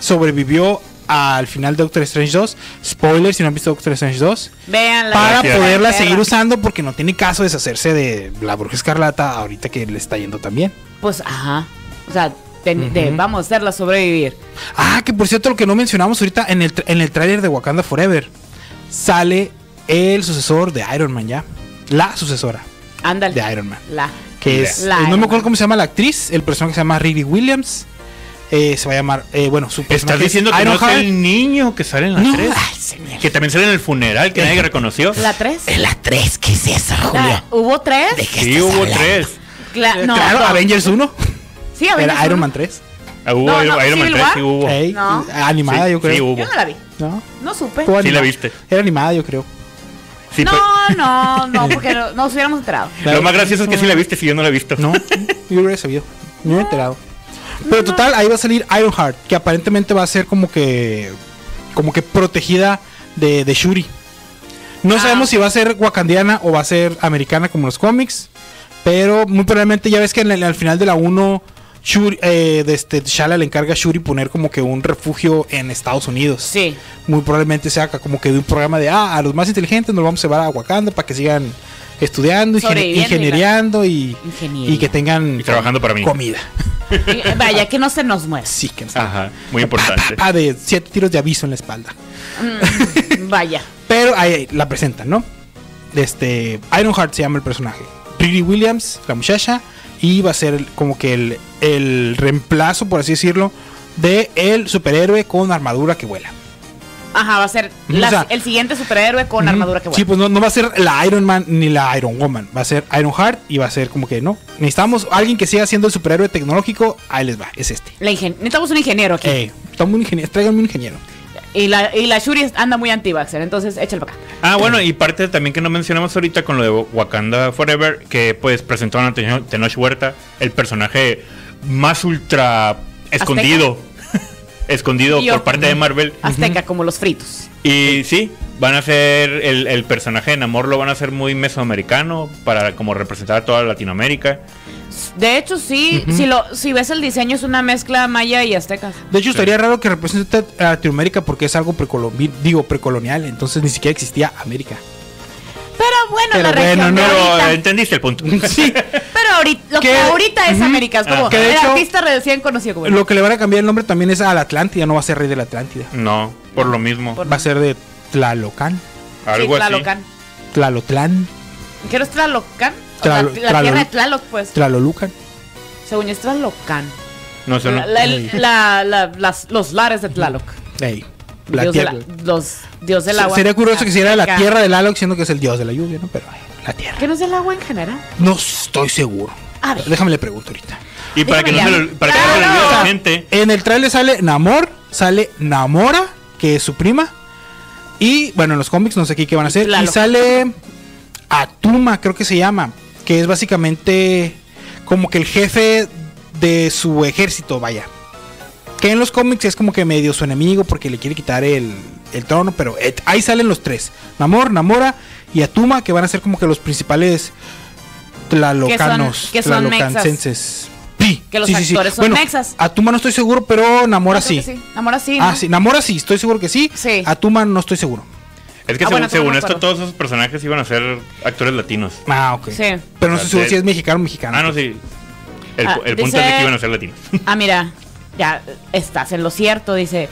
sobrevivió al final de Doctor Strange 2. Spoiler si no han visto Doctor Strange 2. Véanla. para Gracias. poderla Véanla. seguir usando porque no tiene caso deshacerse de la bruja escarlata ahorita que le está yendo también. Pues, ajá. O sea, de- de- Ujú. vamos a hacerla sobrevivir. Ah, que por cierto lo que no mencionamos ahorita en el, tra- en el tráiler de Wakanda Forever sale el sucesor de Iron Man ya. La sucesora Ándale. de Iron Man. La. Que es... La eh, no Iron me acuerdo Man. cómo se llama la actriz, el personaje se llama Riri Williams. eh, se va a llamar, eh, bueno, su Estás personaje es diciendo que no es Ironheart. el niño que sale en la No, 3. ay, se me- Que también sale en el funeral que nadie reconoció. ¿La 3? Es la 3, ¿qué es eso, Ah. Julio? ¿Hubo 3? ¿De qué Sí, estás hubo hablando? tres. Claro, no. claro, no. Avengers 1. Sí, Avengers Era Iron uno. Man 3. Ah, hubo No, Iron- no, Iron Man Civil 3, War. sí hubo. Ey, No. Animada, Sí, yo creo. sí, hubo. Yo no la vi. ¿No? No supe. Estuvo Pues, Sí la animada. viste. Era animada, yo creo. Sí, no, no, no, porque no- nos hubiéramos enterado. fue- Lo más gracioso es que sí la viste si yo no la he visto. No, yo hubiera sabido. Me hubiera enterado. Pero total, ahí va a salir Ironheart, que aparentemente va a ser como que. como que protegida de, de Shuri. No Ah. sabemos si va a ser wakandiana o va a ser americana como los cómics. Pero muy probablemente ya ves que en el- al final de la 1. Shuri, eh, de este, Shala le encarga a Shuri poner como que un refugio en Estados Unidos. Sí. Muy probablemente sea acá como que de un programa de ah, a los más inteligentes nos vamos a llevar a Wakanda para que sigan estudiando, ingenieriando Sobreviviendo y la- y, Ingeniería. y que tengan Y trabajando para mí. comida. Y- eh, Vaya, que no se nos muera. Sí, que no sé. Ajá, muy Pa, Ah, importante. pa, pa, de siete tiros de aviso en la espalda. Mm, Vaya. Pero ahí, ahí, la presentan, ¿no? Este, Ironheart se llama el personaje. Riri Williams, la muchacha, y va a ser el- como que el, el reemplazo, por así decirlo, de el superhéroe con armadura que vuela. Ajá, va a ser Ujú, la- o sea- el siguiente superhéroe con Ujú. armadura que vuela. Sí, pues no, no va a ser la Iron Man ni la Iron Woman. Va a ser Ironheart y va a ser como que no. Necesitamos alguien que siga siendo el superhéroe tecnológico. Ahí les va, es este. La ingen- Necesitamos un ingeniero aquí. Eh, toma un ingeniero, tráiganme un ingeniero. Y la, y la Shuri anda muy anti-vaxxer, entonces échalo para acá. Ah, bueno, y parte también que no mencionamos ahorita con lo de Wakanda Forever, que pues presentaron a Teno- Tenoch Huerta, el personaje más ultra escondido. escondido Y yo- por parte de Marvel. Azteca, como los fritos. Y sí, van a ser el, el personaje de Namor lo van a hacer muy mesoamericano para como representar a toda Latinoamérica. De hecho, sí, si, lo, si ves el diseño, es una mezcla maya y azteca. De hecho, estaría raro que represente a Latinoamérica porque es algo precolombino, digo, precolonial. Entonces ni siquiera existía América. Pero bueno, Pero la bueno, región de Pero ahorita- entendiste el punto. Sí, Pero ahorita, lo que Que- ahorita es Ujú. América, es como Ah, que de el hecho- artista recién conocido como él. lo que le van a cambiar el nombre también es a la Atlántida. No va a ser rey de la Atlántida. No, por lo mismo. Por- Va a ser de Tlalocan, algo sí, así. Tlalocan. Tlalotlán, ¿Qué no es Tlalocan? O Tlalo- sea, la Tlalo- tierra de Tlaloc, pues. Tlalolucan. Según yo, es Tlalocan. No sé, La- no. la- el- la- la- las- los lares de Tlaloc. Ey, la dios, de la- tierra. los, dios del Se- agua. Sería curioso que si era la Azteca. tierra del Aloc, siendo que es el dios de la lluvia, ¿no? Pero ay, la tierra. ¿Qué no es el agua en general? No estoy seguro. A ver. Déjame le pregunto ahorita. Y para que no se Déjame lo, ya. para que no se lo olvide a Claro. la gente. En el trailer sale Namor, sale Namora, que es su prima. Y bueno, en los cómics no sé aquí qué van a hacer. Tlaloc. Y sale Atuma, creo que se llama. Que es básicamente como que el jefe de su ejército, vaya. Que en los cómics es como que medio su enemigo porque le quiere quitar el, el trono. Pero eh, ahí salen los tres. Namor, Namora y Atuma, que van a ser como que los principales tlalocanos. que son mexas. tlalocancenses. Sí, Que los sí, sí, sí. actores son mexas. Atuma no estoy seguro, pero Namora Yo Ah, creo sí. que Namora sí. Ah, ¿no? sí, Namora sí, estoy seguro que sí. Sí. Atuma no estoy seguro. Es que Ah, según, bueno, tú no según me esto acuerdo. todos esos personajes iban a ser actores latinos. Ah, ok. Sí. Pero no Ah, estoy seguro sí. si es mexicano o mexicano. Ah, no, sí. El, Ah, el punto es de dice- que iban a ser latinos. Ah, mira, ya estás en lo cierto, dice.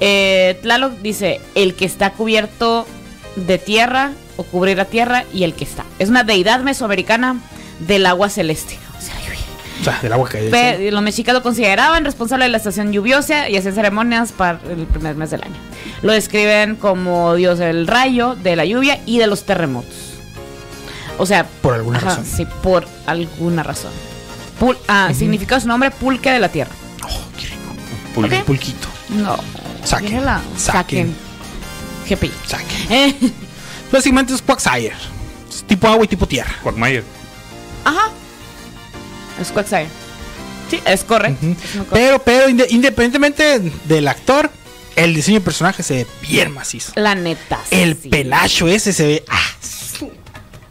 Eh, Tlaloc dice, el que está cubierto de tierra o cubrir la tierra y el que está. Es una deidad mesoamericana del agua celeste. O sea, lluvia. O sea, del agua que hay. Pe- Los mexicas lo consideraban responsable de la estación lluviosa y hacían ceremonias para el primer mes del año. Lo describen como dios del rayo, de la lluvia y de los terremotos. O sea, Por alguna ajá, razón. Sí, por alguna razón. Pul- ah, Significa su nombre pulque de la tierra. Oh, qué rico. Pul- Ok. Pulquito. No. Saquen. Déjala. Saquen. Saquen. GPI. Saque. Eh, Básicamente es Quagsire. Es tipo agua y tipo tierra. Quagmire. ajá. Es Quagsire. Sí, es correcto. Ujú. Es muy correcto. Pero, pero inde- independientemente del actor, el diseño de personaje se ve bien macizo. La neta. El sí. pelacho ese se ve. Ah,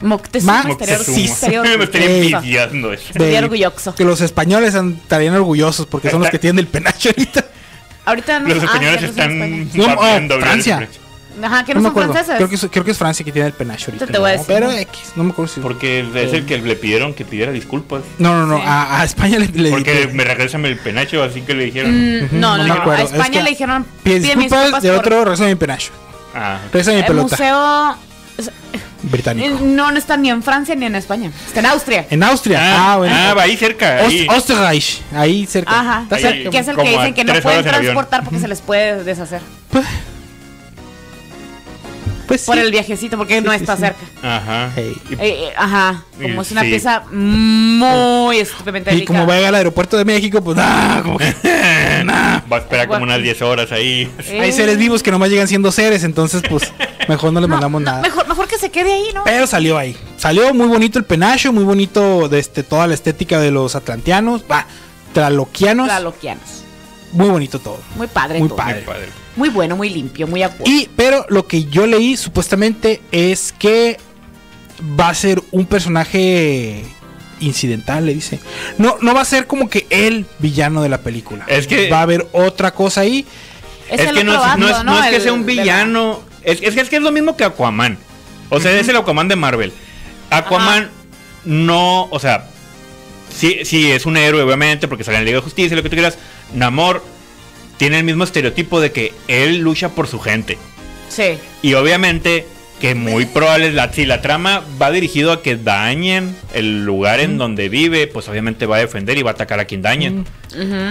Moctezuma Ma- exterior. Moctezuma. exterior, Me estaría exterior. envidiando eso. Estaría de- orgulloso. Que los españoles estarían orgullosos porque son los que tienen el penacho ahorita. Ahorita no Los ah, españoles ya no son están. españoles. No, oh, pateando bien. Francia. Ajá, que no, no me son acuerdo. franceses. Creo que, es, creo que es Francia que tiene el penacho ahorita. Te- te voy a No, decir, pero ¿no? X, no me acuerdo si. Porque es el que le pidieron que pidiera disculpas. No, no, no. Sí. A, a España le, le- Porque le- me regresan el penacho, así que le dijeron. Mm, no, no, no me no. A acuerdo, es España que- le dijeron. pide "Pide mis disculpas, de por otro regresa mi penacho. Ah, Regresa mi El pelota. museo. británico. No, no está ni en Francia ni en España. Está en Austria. En Austria. Ah, Ah, bueno. ah, va ahí cerca. ahí. Ost- Österreich, ahí cerca. Ajá. Está Ahí, cerca. Que es el que Como a dicen que no tres pueden horas en avión. transportar porque se les puede deshacer. Pues- Pues Por sí. el viajecito, porque no sí, está sí. cerca. Ajá. Hey. Y- Eh, eh, ajá. Como Y es una sí. pieza muy estúpidamente Y como va a llegar al aeropuerto de México, pues ah, como que Va a esperar como unas 10 horas ahí. Eh, hay seres vivos que nomás llegan siendo seres, entonces pues mejor no les mandamos nada. Mejor, mejor que se quede ahí, ¿no? Pero salió ahí. Salió muy bonito el penacho, muy bonito de este, toda la estética de los atlanteanos, va, traloquianos, Tlaloquianos. muy bonito todo. Muy padre Muy todo. padre. Ay, padre. Muy bueno, muy limpio, muy acuoso. Y pero lo que yo leí supuestamente es que va a ser un personaje incidental, le dice. No, no va a ser como que el villano de la película. Es que- va a haber otra cosa ahí. Es, que no, es, no es- no es que sea un villano. Es, es que- es que es lo mismo que Aquaman. O sea, es el Aquaman de Marvel. Aquaman Ajá. no. O sea, sí, sí es un héroe, obviamente, porque sale en la Liga de Justicia, lo que tú quieras. Namor tiene el mismo estereotipo de que él lucha por su gente. Sí. Y obviamente que muy probable es la, si la trama va dirigido a que dañen el lugar en donde vive, pues obviamente va a defender y va a atacar a quien dañen.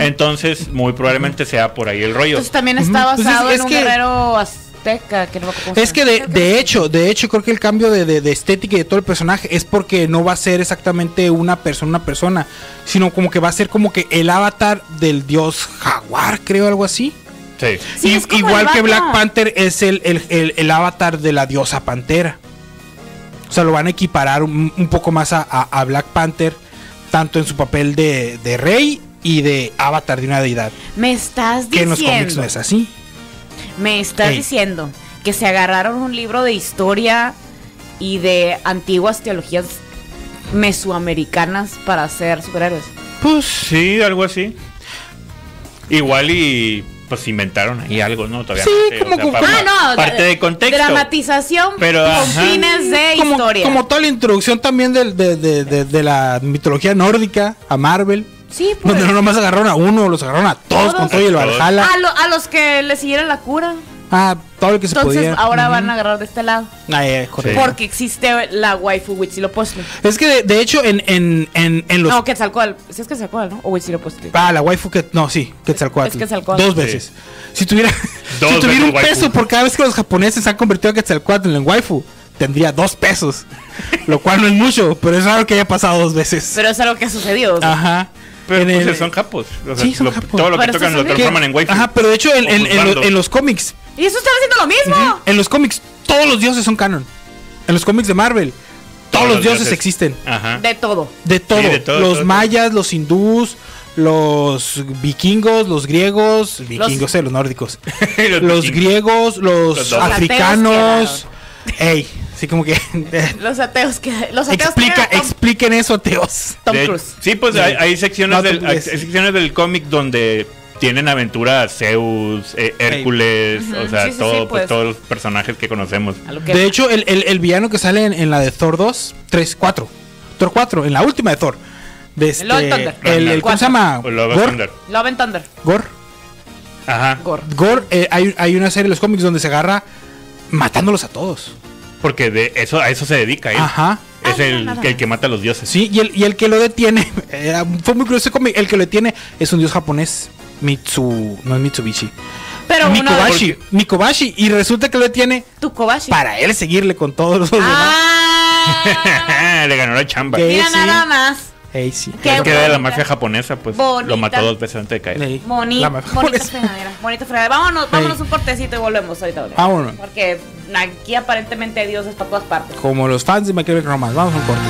Entonces, muy probablemente sea por ahí el rollo. Entonces también Pues está Ujú. Entonces, basado es en un que- guerrero azteca. Que no me acuerdo cómo Es se que llama. de, de hecho, de hecho creo que el cambio de, de- de estética y de todo el personaje es porque no va a ser exactamente una persona, una persona, sino como que va a ser como que el avatar del dios jaguar, creo, algo así. Sí. Sí, Y- es como igual el que vato. Black Panther es el, el- el- el avatar de la diosa pantera. O sea, lo van a equiparar un, un poco más a, a- a Black Panther, tanto en su papel de, de rey y de avatar de una deidad. Me estás Que en los cómics diciendo. no es así. Me estás Ey. diciendo que se agarraron un libro de historia y de antiguas teologías mesoamericanas para ser superhéroes. Pues Sí, algo así. Igual y pues inventaron ahí algo, ¿no? Todavía Sí, no sé, como con- para- Ah, no. parte de contexto. Dramatización Pero, con ajá. fines de como, historia. como toda la introducción también del- de, de- de- de la mitología nórdica a Marvel. sí, pues. Donde no nomás agarraron a uno, los agarraron a todos, Todos. Ah, con todo y el A todos. Valhalla. a, lo- a los que le siguieron la cura. Ah, todo lo que se Entonces podía. ahora van a agarrar de este lado. Ah, eh, correcto. Sí. Porque existe la waifu Huitzilopochtli. Es que de, de hecho en, en, en, en los... No, Quetzalcóatl. Si es Quetzalcóatl, ¿no? O Huitzilopochtli. Ah, la waifu que... No, sí, Quetzalcoatl. Es Quetzalcóatl. Dos veces. Si tuviera, Dos si tuviera veces un waifu. peso por cada vez que los japoneses han convertido a Quetzalcoatl en waifu, tendría dos pesos. lo cual no es mucho, pero es raro que haya pasado dos veces. Pero es algo que ha sucedido. o sea. Ajá. Pero En pues, el- son capos. O sea, Sí, son lo- capos. Todo lo que Pero estos tocan lo son de- transforman en waifu. Ajá, pero de hecho en, O en- en juzgando. lo- en los cómics, Y eso están haciendo lo mismo. en los cómics, todos los dioses son canon. En los cómics de Marvel, todos, los, dioses, existen. Ajá. De todo. De todo. de todo, los todo, mayas, los hindús, los vikingos, los griegos, vikingos, Los- eh, los nórdicos. Los los, vikingos. griegos, los, Los dos. africanos. Ey, así como que... Los ateos que. Los ateos explica, que- expliquen eso, ateos. Tom De- Cruise. Sí, pues Sí. hay, hay secciones No, Tom del, hay, Cruise. hay secciones del cómic donde tienen aventuras Zeus, eh, Hércules, Ujú, o sea, sí, sí, todo, sí, pues, pues. Ah. todos los personajes que conocemos. A lo que- De hecho, el, el- el villano que sale en, en la de Thor 2, 3, 4. Thor 4, en la última de Thor. De este, Love Thunder. el- el- ¿Cómo se llama? O Love Gore. Thunder. Love and Thunder. Gore. Ajá. Gore. Gore, eh, hay, hay una serie de los cómics donde se agarra matándolos a todos. Porque de eso, a eso se dedica él. Ajá. Es Ah, el, no, no, no. el que mata a los dioses. Sí, y el, y el que lo detiene, era- fue muy curioso ese cómic, el que lo detiene es un dios japonés, Mitsu, no es Mitsubishi, Pero uno de. Mikobashi, Mikobashi, y resulta que lo detiene Tu Kobashi. para él seguirle con todos los demás. Ah. Le ganó la chamba. ¿Qué? Mira Sí. nada más. Ey, sí. Qué es que era de bonita. la mafia japonesa, pues Bonita. lo mató dos veces antes de caer. Ey, Boni, la bonita mejor es- fregadera, bonita fregadera. Vámonos, vámonos Ey. un cortecito y volvemos ahorita. volvemos. Vámonos. Porque aquí aparentemente hay dioses para todas partes. Como los fans de My Chemical Romance, vamos a un corte.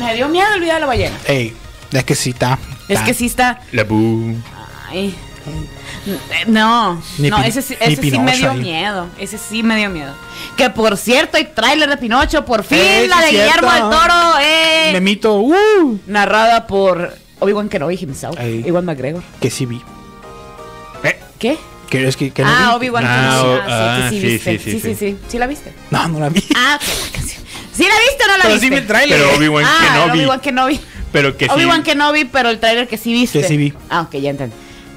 Me dio miedo el video de la ballena. Ey, es que sí, está. Es está. que sí está. La bu. Ay. Eh, No, Ni no, Pin- ese, sí- ni ese sí me Pinocho dio ahí. miedo. Ese sí me dio miedo. Que por cierto, hay tráiler de Pinocho, por fin, Eh, sí la de es cierto. Guillermo del Toro, eh, Memito, uh, narrada por Obi-Wan Kenobi himself, Ey. Iwan McGregor. que sí vi. Eh, ¿Qué? Que es que, que no ah, vi. Obi-Wan Ah, Kenobi. o- Ah, sí, que sí, ah, viste. sí, sí, Sí, sí, sí, sí, ¿Sí la viste? No, no la vi. Ah, que la canción. ¿Sí la viste o no la Pero viste? sí vi el tráiler. Pero Obi-Wan Ah, Kenobi. Obi-Wan Kenobi. Pero que sí. Obi-Wan Kenobi, pero el tráiler que sí viste. Que sí vi. Ah, ok, ya entendí.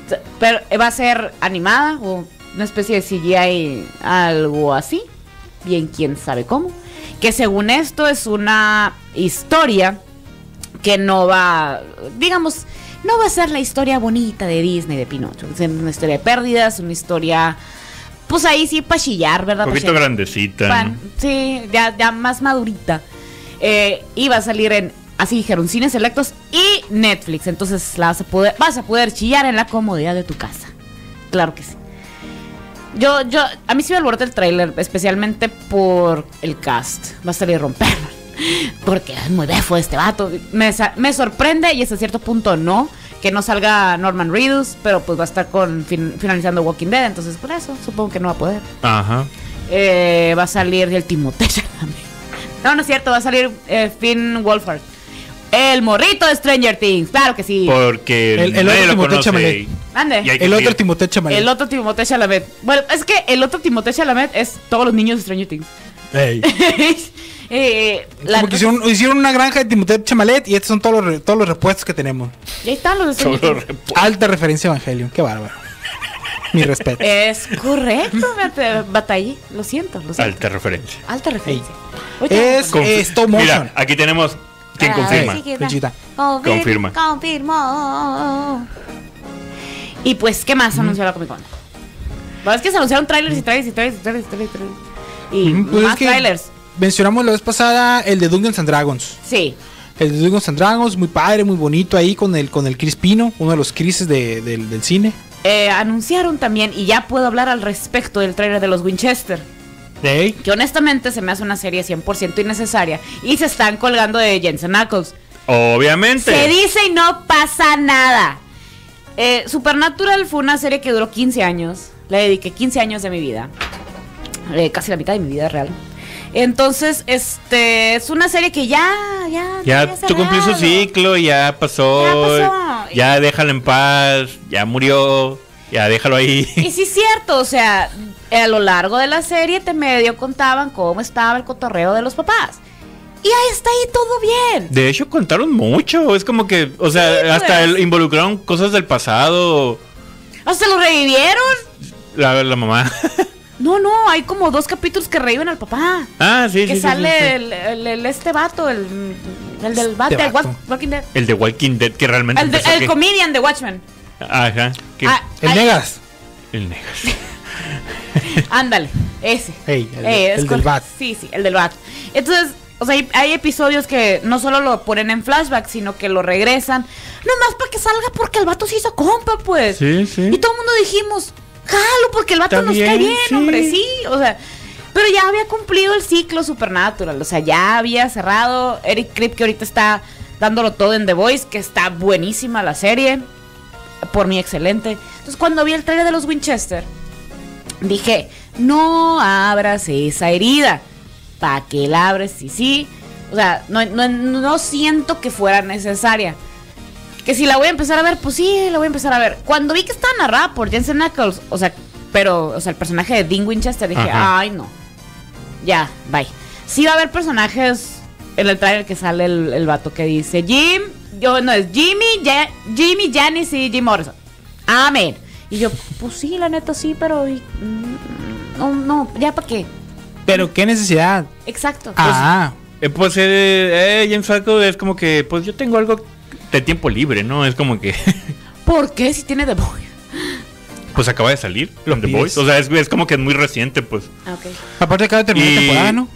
sea, Pero eh, va a ser animada o una especie de CGI, algo así. Bien, quién sabe cómo. Que según esto es una historia que no va, digamos, no va a ser la historia bonita de Disney de Pinocho. Es una historia de pérdidas, una historia, pues ahí sí para chillar, ¿verdad? Un Pa' poquito chillar. grandecita. ¿no? Pan- sí, ya, ya más madurita. Eh, y va a salir en, así dijeron, cines selectos y Netflix. Entonces la vas a poder, vas a poder chillar en la comodidad de tu casa. Claro que sí. Yo, yo, a mí sí me alborota el tráiler, especialmente por el cast. Va a salir romperlo. Porque es muy defo este vato. Me, sa- me sorprende y hasta cierto punto no. Que no salga Norman Reedus, pero pues va a estar con fin- finalizando Walking Dead. Entonces por eso supongo que no va a poder. Ajá. Eh, va a salir el Timothée Chalamet. No, no es cierto, va a salir eh, Finn Wolfhard. El morrito de Stranger Things, claro que sí. Porque El- el nadie otro lo Timothée conoce. Chalamet. Mande. Y hay que El otro seguir. Timothée Chalamet. El otro Timothée Chalamet. Bueno, es que el otro Timothée Chalamet es todos los niños de Stranger Things. Ey. Eh, la- Como que hicieron, hicieron una granja de Timothée Chamalet y estos son todos los, re- todos los repuestos que tenemos. Y ahí están los de Stranger Solo Things. Pues- repo- Alta referencia a Evangelion. Qué bárbaro. Mi respeto. Es correcto, bata- batallé. Lo siento, lo siento. Alta referencia. Alta referencia. vamos a Es poner- Eh, stop motion. Mira, aquí tenemos quien Ah, confirma. sí, Ey, que- Conchita. Confir- Confirma. Confirmó. Y pues, ¿qué más anunció la Comic Con? Bueno, es que se anunciaron trailers y trailers y trailers y trailers y trailers. y trailers. Y Ujú, pues es más que trailers. Mencionamos la vez pasada el de Dungeons and Dragons. Sí. El de Dungeons and Dragons, muy padre, muy bonito ahí con el, con el Chris Pino, uno de los Crises de- del- del cine. Eh, anunciaron también, y ya puedo hablar al respecto del trailer de los Winchester. Ey. Que honestamente se me hace una serie 100% innecesaria. Y se están colgando de Jensen Ackles. Obviamente. Se dice y no pasa nada. Eh, Supernatural fue una serie que duró 15 años. Le dediqué 15 años de mi vida. Eh, casi la mitad de mi vida real. Entonces, este es una serie que ya, ya. Ya había tú cumplí su cerrado. ciclo, ya pasó. Ya pasó. ya déjalo en paz, ya murió, ya déjalo ahí. Y sí es cierto, o sea, a lo largo de la serie te medio contaban cómo estaba el cotorreo de los papás. Y ahí está ahí todo bien. De hecho, contaron mucho. Es como que, o sea, Sí, hasta pues. el- involucraron cosas del pasado. O sea, lo revivieron. La, la mamá. No, no, hay como dos capítulos que reviven al papá. ah, sí, sí, que sí, sí, sale sí. El, el- el- este vato, el, el del Este vato, el vato. Wa- Walking Dead. El de Walking Dead, que realmente. El, de- empezó el que- comedian de Watchmen. Ajá. que- Ah, El ay, Negas. El negro. Ándale, ese. Ey, el, Eh, es el del cor- Bat. Sí, sí, el del bat. Entonces, o sea, hay, hay episodios que no solo lo ponen en flashback, sino que lo regresan. Nomás para que salga porque el vato se hizo compa, pues. Sí, sí. Y todo el mundo dijimos, jalo, porque el vato Está nos cae bien, bien, sí. hombre, sí. O sea, pero ya había cumplido el ciclo Supernatural. O sea, ya había cerrado. Eric Krip, que ahorita está dándolo todo en The Voice, que está buenísima la serie. Por mí, excelente. Entonces, cuando vi el trailer de los Winchester, dije, no abras esa herida. ¿Para qué la abres? Sí, sí. O sea, no, no, no siento que fuera necesaria. Que si la voy a empezar a ver, pues sí, la voy a empezar a ver. Cuando vi que estaba narrada por Jensen Ackles, o sea, pero, o sea, el personaje de Dean Winchester, dije, Ajá. ay, no. Ya, bye. Sí va a haber personajes en el trailer que sale el, el vato que dice Jim, yo no es Jimmy, Ja- Jimmy, Janice y Jim Morrison. Amén. Y yo, pues sí, la neta sí, pero y- mm, no, no, ya para qué. Pero qué necesidad. Exacto. Ah, Eh, pues eh, eh, James Franco es como que, pues yo tengo algo de tiempo libre, ¿no? Es como que, Pues, ¿Por qué si tiene The Boy? pues acaba de salir Lo The pides. Boys. O sea, es, es como que es muy reciente, pues. Ah, ok. aparte acaba de terminar Y- la temporada, ¿no?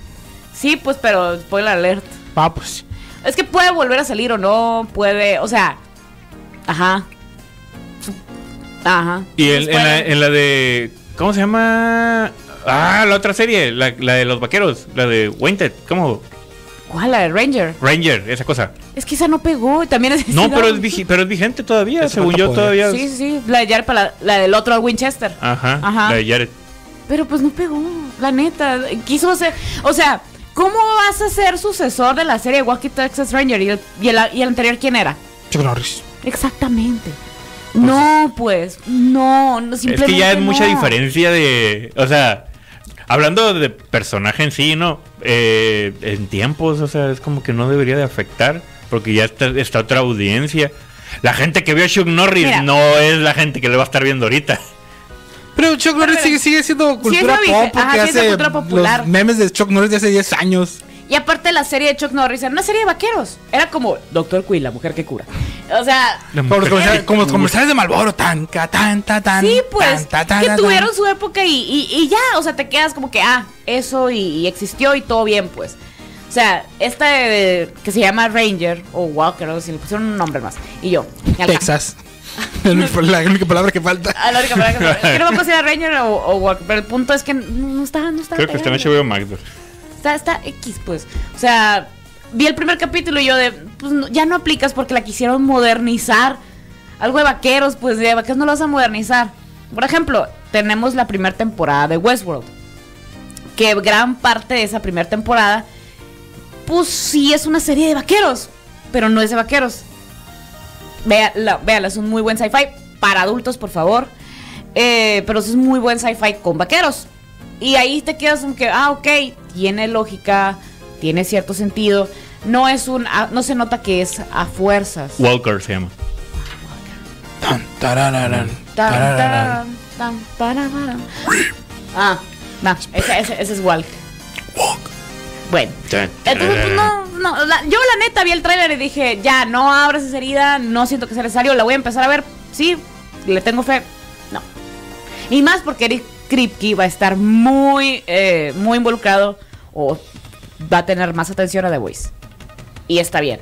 Sí, pues, pero spoiler alert. Ah, pues. Es que puede volver a salir o no, puede, o sea, ajá. Ajá. Y el- en, la, Spoiler. en la de, ¿cómo se llama? Ah, la otra serie, la, la de los vaqueros, la de Wanted, ¿cómo? ¿Cuál? La de Ranger. Ranger, esa cosa. Es que esa no pegó, también es No, sí, pero es, vigi- pero es vigente todavía, Hace según falta yo poder. todavía. Sí, sí, sí, la de Jared para la, la del otro Winchester. Ajá, Ajá. la de Jared. Pero pues no pegó, la neta. Quiso hacer. O sea, ¿cómo vas a ser sucesor de la serie Wacky Texas Ranger? ¿Y el, y el- y el anterior quién era? Chuck Norris. Exactamente. No, pues, no, no Es que ya es mucha no. diferencia de. O sea, hablando de personaje en sí, ¿no? Eh, en tiempos, o sea, es como que no debería de afectar. Porque ya está, está otra audiencia. La gente que vio a Chuck Norris Mira. no es la gente que le va a estar viendo ahorita. Pero Chuck Norris Pero- sigue, sigue siendo cultura es lo pop vigente, ajá, porque sí es de hace cultura popular. los memes de Chuck Norris de hace 10 años. Y aparte la serie de Chuck Norris era una serie de vaqueros. Era como Doctor Quill, la mujer que cura. O sea, Como los, comerciales, que- como los comerciales de Malboro, tan, ca, tan, ta, tan. sí, pues, tan, ta, tan, que ta, tan. tuvieron su época y, y- y ya, o sea, te quedas como que, ah, eso y, y existió y todo bien, pues. O sea, esta de- que se llama Ranger o Walker, o si le pusieron un nombre más. Y yo, acá. Texas. Es mi- la única palabra que falta. Ah, la única palabra que me- es que no me acuerdo si era Ranger o, o Walker, pero el punto es que no, no está, no está. Creo que está en pegando. HBO Max. güey. está, está X, pues. O sea, vi el primer capítulo y yo de, pues no- ya no aplicas porque la quisieron modernizar. Algo de vaqueros, pues de vaqueros no lo vas a modernizar. Por ejemplo, tenemos la primera temporada de Westworld. Que gran parte de esa primera temporada, pues sí es una serie de vaqueros, pero no es de vaqueros. Véala, véala, es un muy buen sci-fi para adultos, por favor. Eh, pero es muy buen sci-fi con vaqueros. Y ahí te quedas como que, ah, ok, tiene lógica, tiene cierto sentido. No es un, ah, no se nota que es a fuerzas. Walker se llama. Tan, tarararán, Tan, tarararán. tan, tan, para, para. Ah, no, ese, ese- ese es Walk. Bueno. Entonces, pues, no, no, la- yo la neta vi el tráiler y dije, ya, no abras esa herida, no siento que sea necesario, la voy a empezar a ver, sí, le tengo fe, no. Y más porque Eric Kripke va a estar muy, eh, muy involucrado o va a tener más atención a The Voice. Y está bien,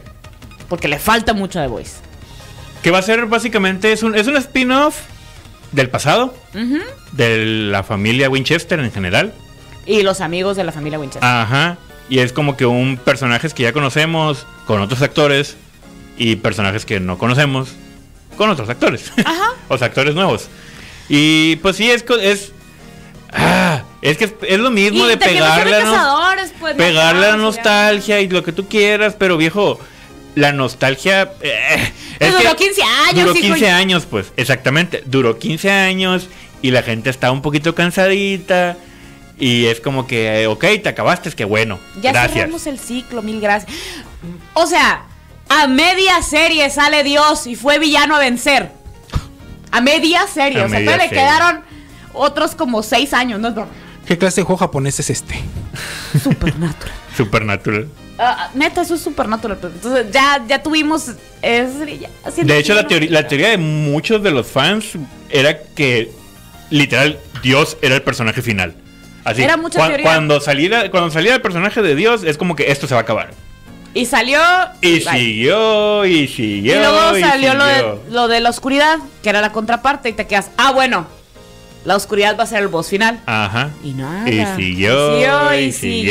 porque le falta mucho a The Voice. Que va a ser básicamente, es un, es un spin-off del pasado, de la familia Winchester en general. Y los amigos de la familia Winchester. Ajá. Y es como que un personajes que ya conocemos con otros actores y personajes que no conocemos con otros actores. Ajá. o sea, actores nuevos. Y pues sí, es... co- es ah, es que es, es lo mismo de te quiero hacer pegarle a nos- cazadores, pues, no, pegar claro, la sería- nostalgia y lo que tú quieras, pero viejo, la nostalgia. eh, Pues es duró que 15 años, Duró hijo. 15 años, pues, exactamente. Duró 15 años y la gente está un poquito cansadita. Y es como que, eh, ok, te acabaste, es que bueno. Ya cerramos gracias. el ciclo, mil gracias. O sea, a media serie sale Dios y fue villano a vencer. A media serie, A o sea, media todavía le serie. quedaron otros como seis años, ¿no? No, ¿Qué clase de juego japonés es este? Supernatural. Supernatural. Ah, neta, eso es supernatural. pues. Entonces ya, ya tuvimos. eh, serie, ya, siento que De hecho, ya la, no- teoría- la teoría de muchos de los fans era que, literal, Dios era el personaje final. Así, Era mucha cua- teoría. Cuando saliera, cuando saliera el personaje de Dios, es como que esto se va a acabar. Y salió. Y bye. siguió, y Y siguió. luego salió lo de, siguió. lo de la oscuridad, que era la contraparte, y te quedas, ah, bueno, la oscuridad va a ser el boss final. Ajá. Y nada. Y siguió, Y y siguió,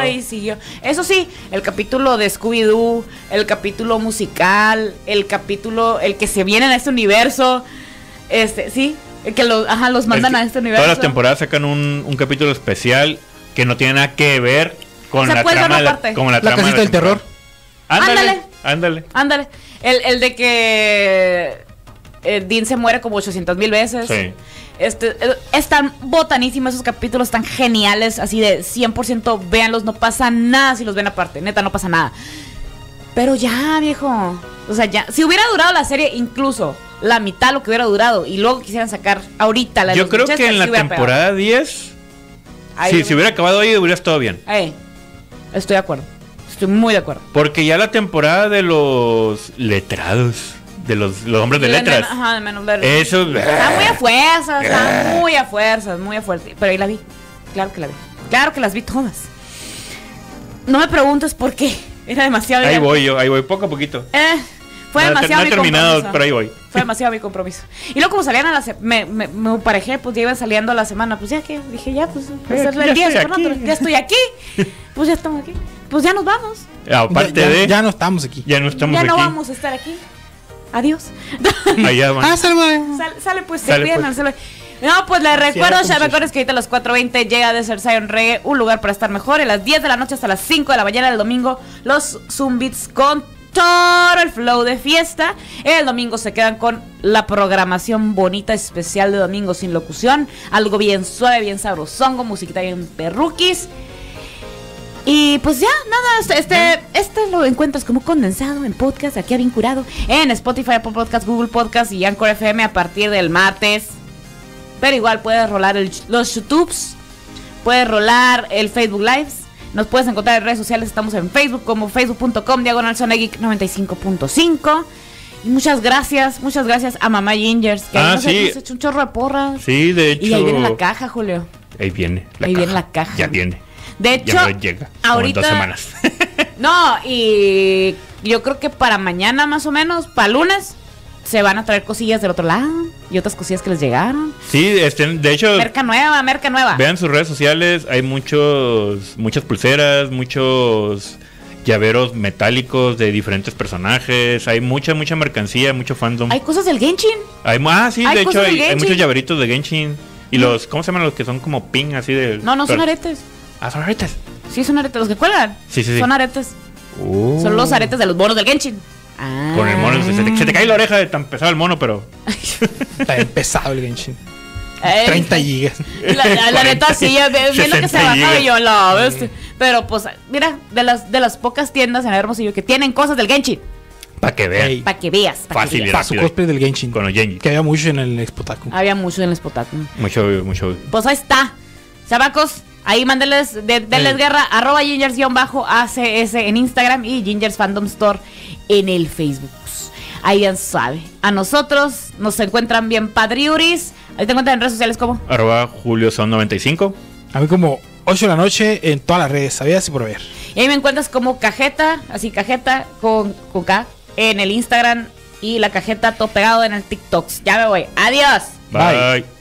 siguió. y siguió. Eso sí, el capítulo de Scooby-Doo, el capítulo musical, el capítulo, el que se viene a este universo. Este, sí, el que los, ajá, los mandan Es a que este universo. Todas las temporadas sacan un, un capítulo especial que no tiene nada que ver con O sea, la puedes trama. verlo de La, aparte. como la, La trama de casita del terror. temporada. Ándale, Ándale. ándale. Ándale. El, el de que eh, Dean se muere como 800 mil veces. Sí. Este, eh, están botanísimos esos capítulos, tan geniales, así de 100% véanlos, no pasa nada si los ven aparte, neta, no pasa nada. Pero ya, viejo. O sea, ya, si hubiera durado la serie incluso la mitad lo que hubiera durado y luego quisieran sacar ahorita la de Yo los creo que Winchester, en sí la hubiera pegado. temporada 10, Ahí si hubiera- se hubiera acabado ahí, hubiera estado bien. Eh, estoy de acuerdo. Estoy muy de acuerdo. Porque ya la temporada de los letrados, de los, los hombres de La- letras, Ajá, Ah, de menos letras. eso. ah, Está muy a fuerzas, Eh. está muy a fuerzas, muy a fuerte. Pero ahí la vi. Claro que la vi. Claro que las vi todas. No me preguntes por qué. Era demasiado. Ahí ya- voy yo, ahí voy, poco a poquito. Eh, fue No he ter- demasiado no he mi terminado, compromiso. pero ahí voy. Fue demasiado mi compromiso. Y luego como salían a la se- me, me, me parejé, pues ya iban saliendo a la semana, pues ya que dije, ya, pues va a ser aquí el Eh, ya día estoy supernatural. aquí. ya estoy aquí. Pues ya estamos aquí. Pues ya nos vamos. Aparte Ya- ya, de. Ya no estamos aquí. Ya no estamos ya no aquí. vamos a estar aquí. Adiós. Allá van. Ah, salva. Sal- sale pues, se Sale, cuidan pues. al celular. No, pues les recuerdo, muchachos. ya recuerdes que ahorita a las 4.20 llega de ser Zion Reggae, un lugar para estar mejor. A las 10 de la noche hasta las 5 de la mañana del domingo, los Zoom Beats con todo el flow de fiesta. El domingo se quedan con la programación bonita especial de domingo sin locución. Algo bien suave, bien sabrosongo, musiquita bien perruquis. Y pues ya, nada, este, ¿Eh? este, este lo encuentras como condensado en podcast, aquí a Vinculado, en Spotify, Apple Podcast, Google Podcast y Anchor FM a partir del martes. Pero igual puedes rolar el- los YouTubes, puedes rolar el Facebook Lives. Nos puedes encontrar en redes sociales, estamos en Facebook como facebook.com, diagonal Zona Geek 95.5. Y muchas gracias, muchas gracias a Mamá Gingers, que Ah, nos, sí. nos echó un chorro de porras. Sí, de hecho. Y ahí viene la caja, Julio. Ahí viene la Ahí caja. viene la caja. Ya viene. De Ya hecho, no llega. como en ahorita. dos semanas. No, y yo creo que para mañana más o menos, para lunes, se van a traer cosillas del otro lado y otras cosillas que les llegaron. sí, este, de hecho, Merca nueva, merca nueva. vean sus redes sociales. Hay muchos, muchas pulseras, muchos llaveros metálicos de diferentes personajes. Hay mucha, mucha mercancía, mucho fandom. Hay cosas del Genshin. Hay mu- ah, sí, Hay de hecho cosas del hay, hay Genshin. Mm. muchos llaveritos de Genshin. Y los, ¿cómo se llaman los que son como pin así de. No, no son pero- aretes. Ah, son aretes. Sí, son aretes. Los que cuelgan. Sí, sí, sí. Son aretes. Uh. Son los aretes de los bonos del Genshin. Ah. Con el mono. Se te, se te cae la oreja de tan pesado el mono, pero. Está bien pesado el Genshin. Eh, 30 gigas. La, la- la neta sí, ya ve- viendo que se 60 bajaba gigas. yo la bestia. Pero pues, mira, de las, de las pocas tiendas en Hermosillo que tienen cosas del Genshin. Para que vean. Ey. Para que veas. pa' que Fácil, veas. Mira, Para su sí, cosplay del Genshin. Con los Genji. Que había mucho en el Expo Taku. Había mucho en el espotáculo. Mucho, mucho. Pues ahí está. Sabacos, ahí mándeles, de, denles Sí. guerra, arroba gingers-acs en Instagram y gingers fandom store en el Facebook. Ahí ya sabe. A nosotros nos encuentran bien padriuris. Ahí te encuentran en redes sociales como. Arroba Julio son 95. A mí como 8 de la noche en todas las redes, sabías y por ver. Y ahí me encuentras como cajeta, así cajeta con, con K en el Instagram y la cajeta todo pegado en el TikTok. Ya me voy. Adiós. Bye. Bye. Bye.